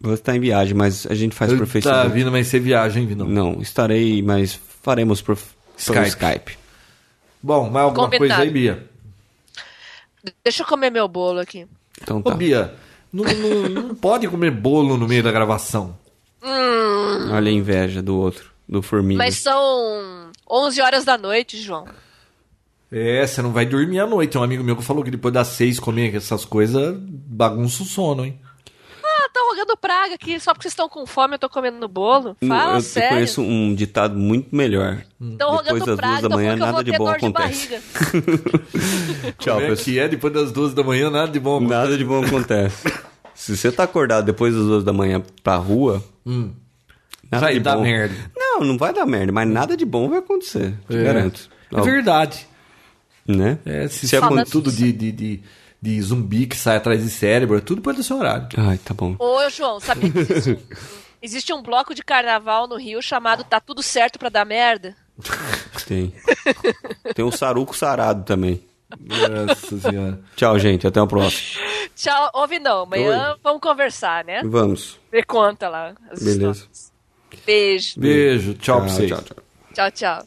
B: Vou estar tá em viagem, mas a gente faz pro
C: Tá
B: Facebook.
C: vindo, mas você viaja, hein, Vinão?
B: Não, estarei, mas faremos pro pelo
C: Skype.
B: Skype.
C: Bom, mais alguma
A: Combinado.
C: coisa aí, Bia?
A: Deixa eu comer meu bolo aqui.
B: Então
C: Ô,
B: tá.
C: Bia, não, não- não pode comer bolo no meio da gravação.
B: Olha a inveja do outro, do Formiga.
A: Mas são 11 horas da noite, João.
C: É, você não vai dormir à noite. Tem Um amigo meu que falou que depois das seis comer essas coisas bagunça o sono, hein?
A: Ah, tá rogando praga aqui. Só porque vocês estão com fome, eu tô comendo bolo.
B: Não,
A: Fala
B: Hum, eu, eu
A: sério.
B: conheço um ditado muito melhor.
C: Hum.
A: Tão
B: Depois das
A: rogando praga,
B: duas da
A: tão
B: manhã,
A: falando que eu
B: nada
A: vou
B: de
A: ter
B: bom
A: dor de
B: acontece.
A: barriga.
B: Tchau,
C: Como é
B: pessoal.
C: que é depois das duas da manhã, nada de bom.
B: Nada de bom acontece. Se você tá acordado depois das duas da manhã pra rua, nada
C: Hum. Vai
B: de
C: dar
B: bom-
C: merda. Hum.
B: Não, não vai dar merda, mas nada de bom vai acontecer. Te garanto.
C: É verdade.
B: Né?
C: É, se
B: Se
C: se
B: acon-
C: tudo de, de, de, de zumbi que sai atrás de cérebro, é tudo depois do seu horário.
B: Ai, tá bom.
A: Ô, João, sabia que existe um, existe um bloco de carnaval no Rio chamado Tá Tudo Certo Pra Dar Merda?
B: Tem. Tem um saruco sarado também.
C: Nossa senhora.
B: Tchau, gente. Até o próximo.
A: Tchau, ouve não. Amanhã
B: Oi.
A: vamos conversar, né?
B: Vamos.
A: Me conta lá as
B: Beleza.
A: histórias. Beijo.
C: Beijo, tchau, pra
B: Tchau,
C: vocês.
B: tchau, tchau.
A: Tchau, tchau.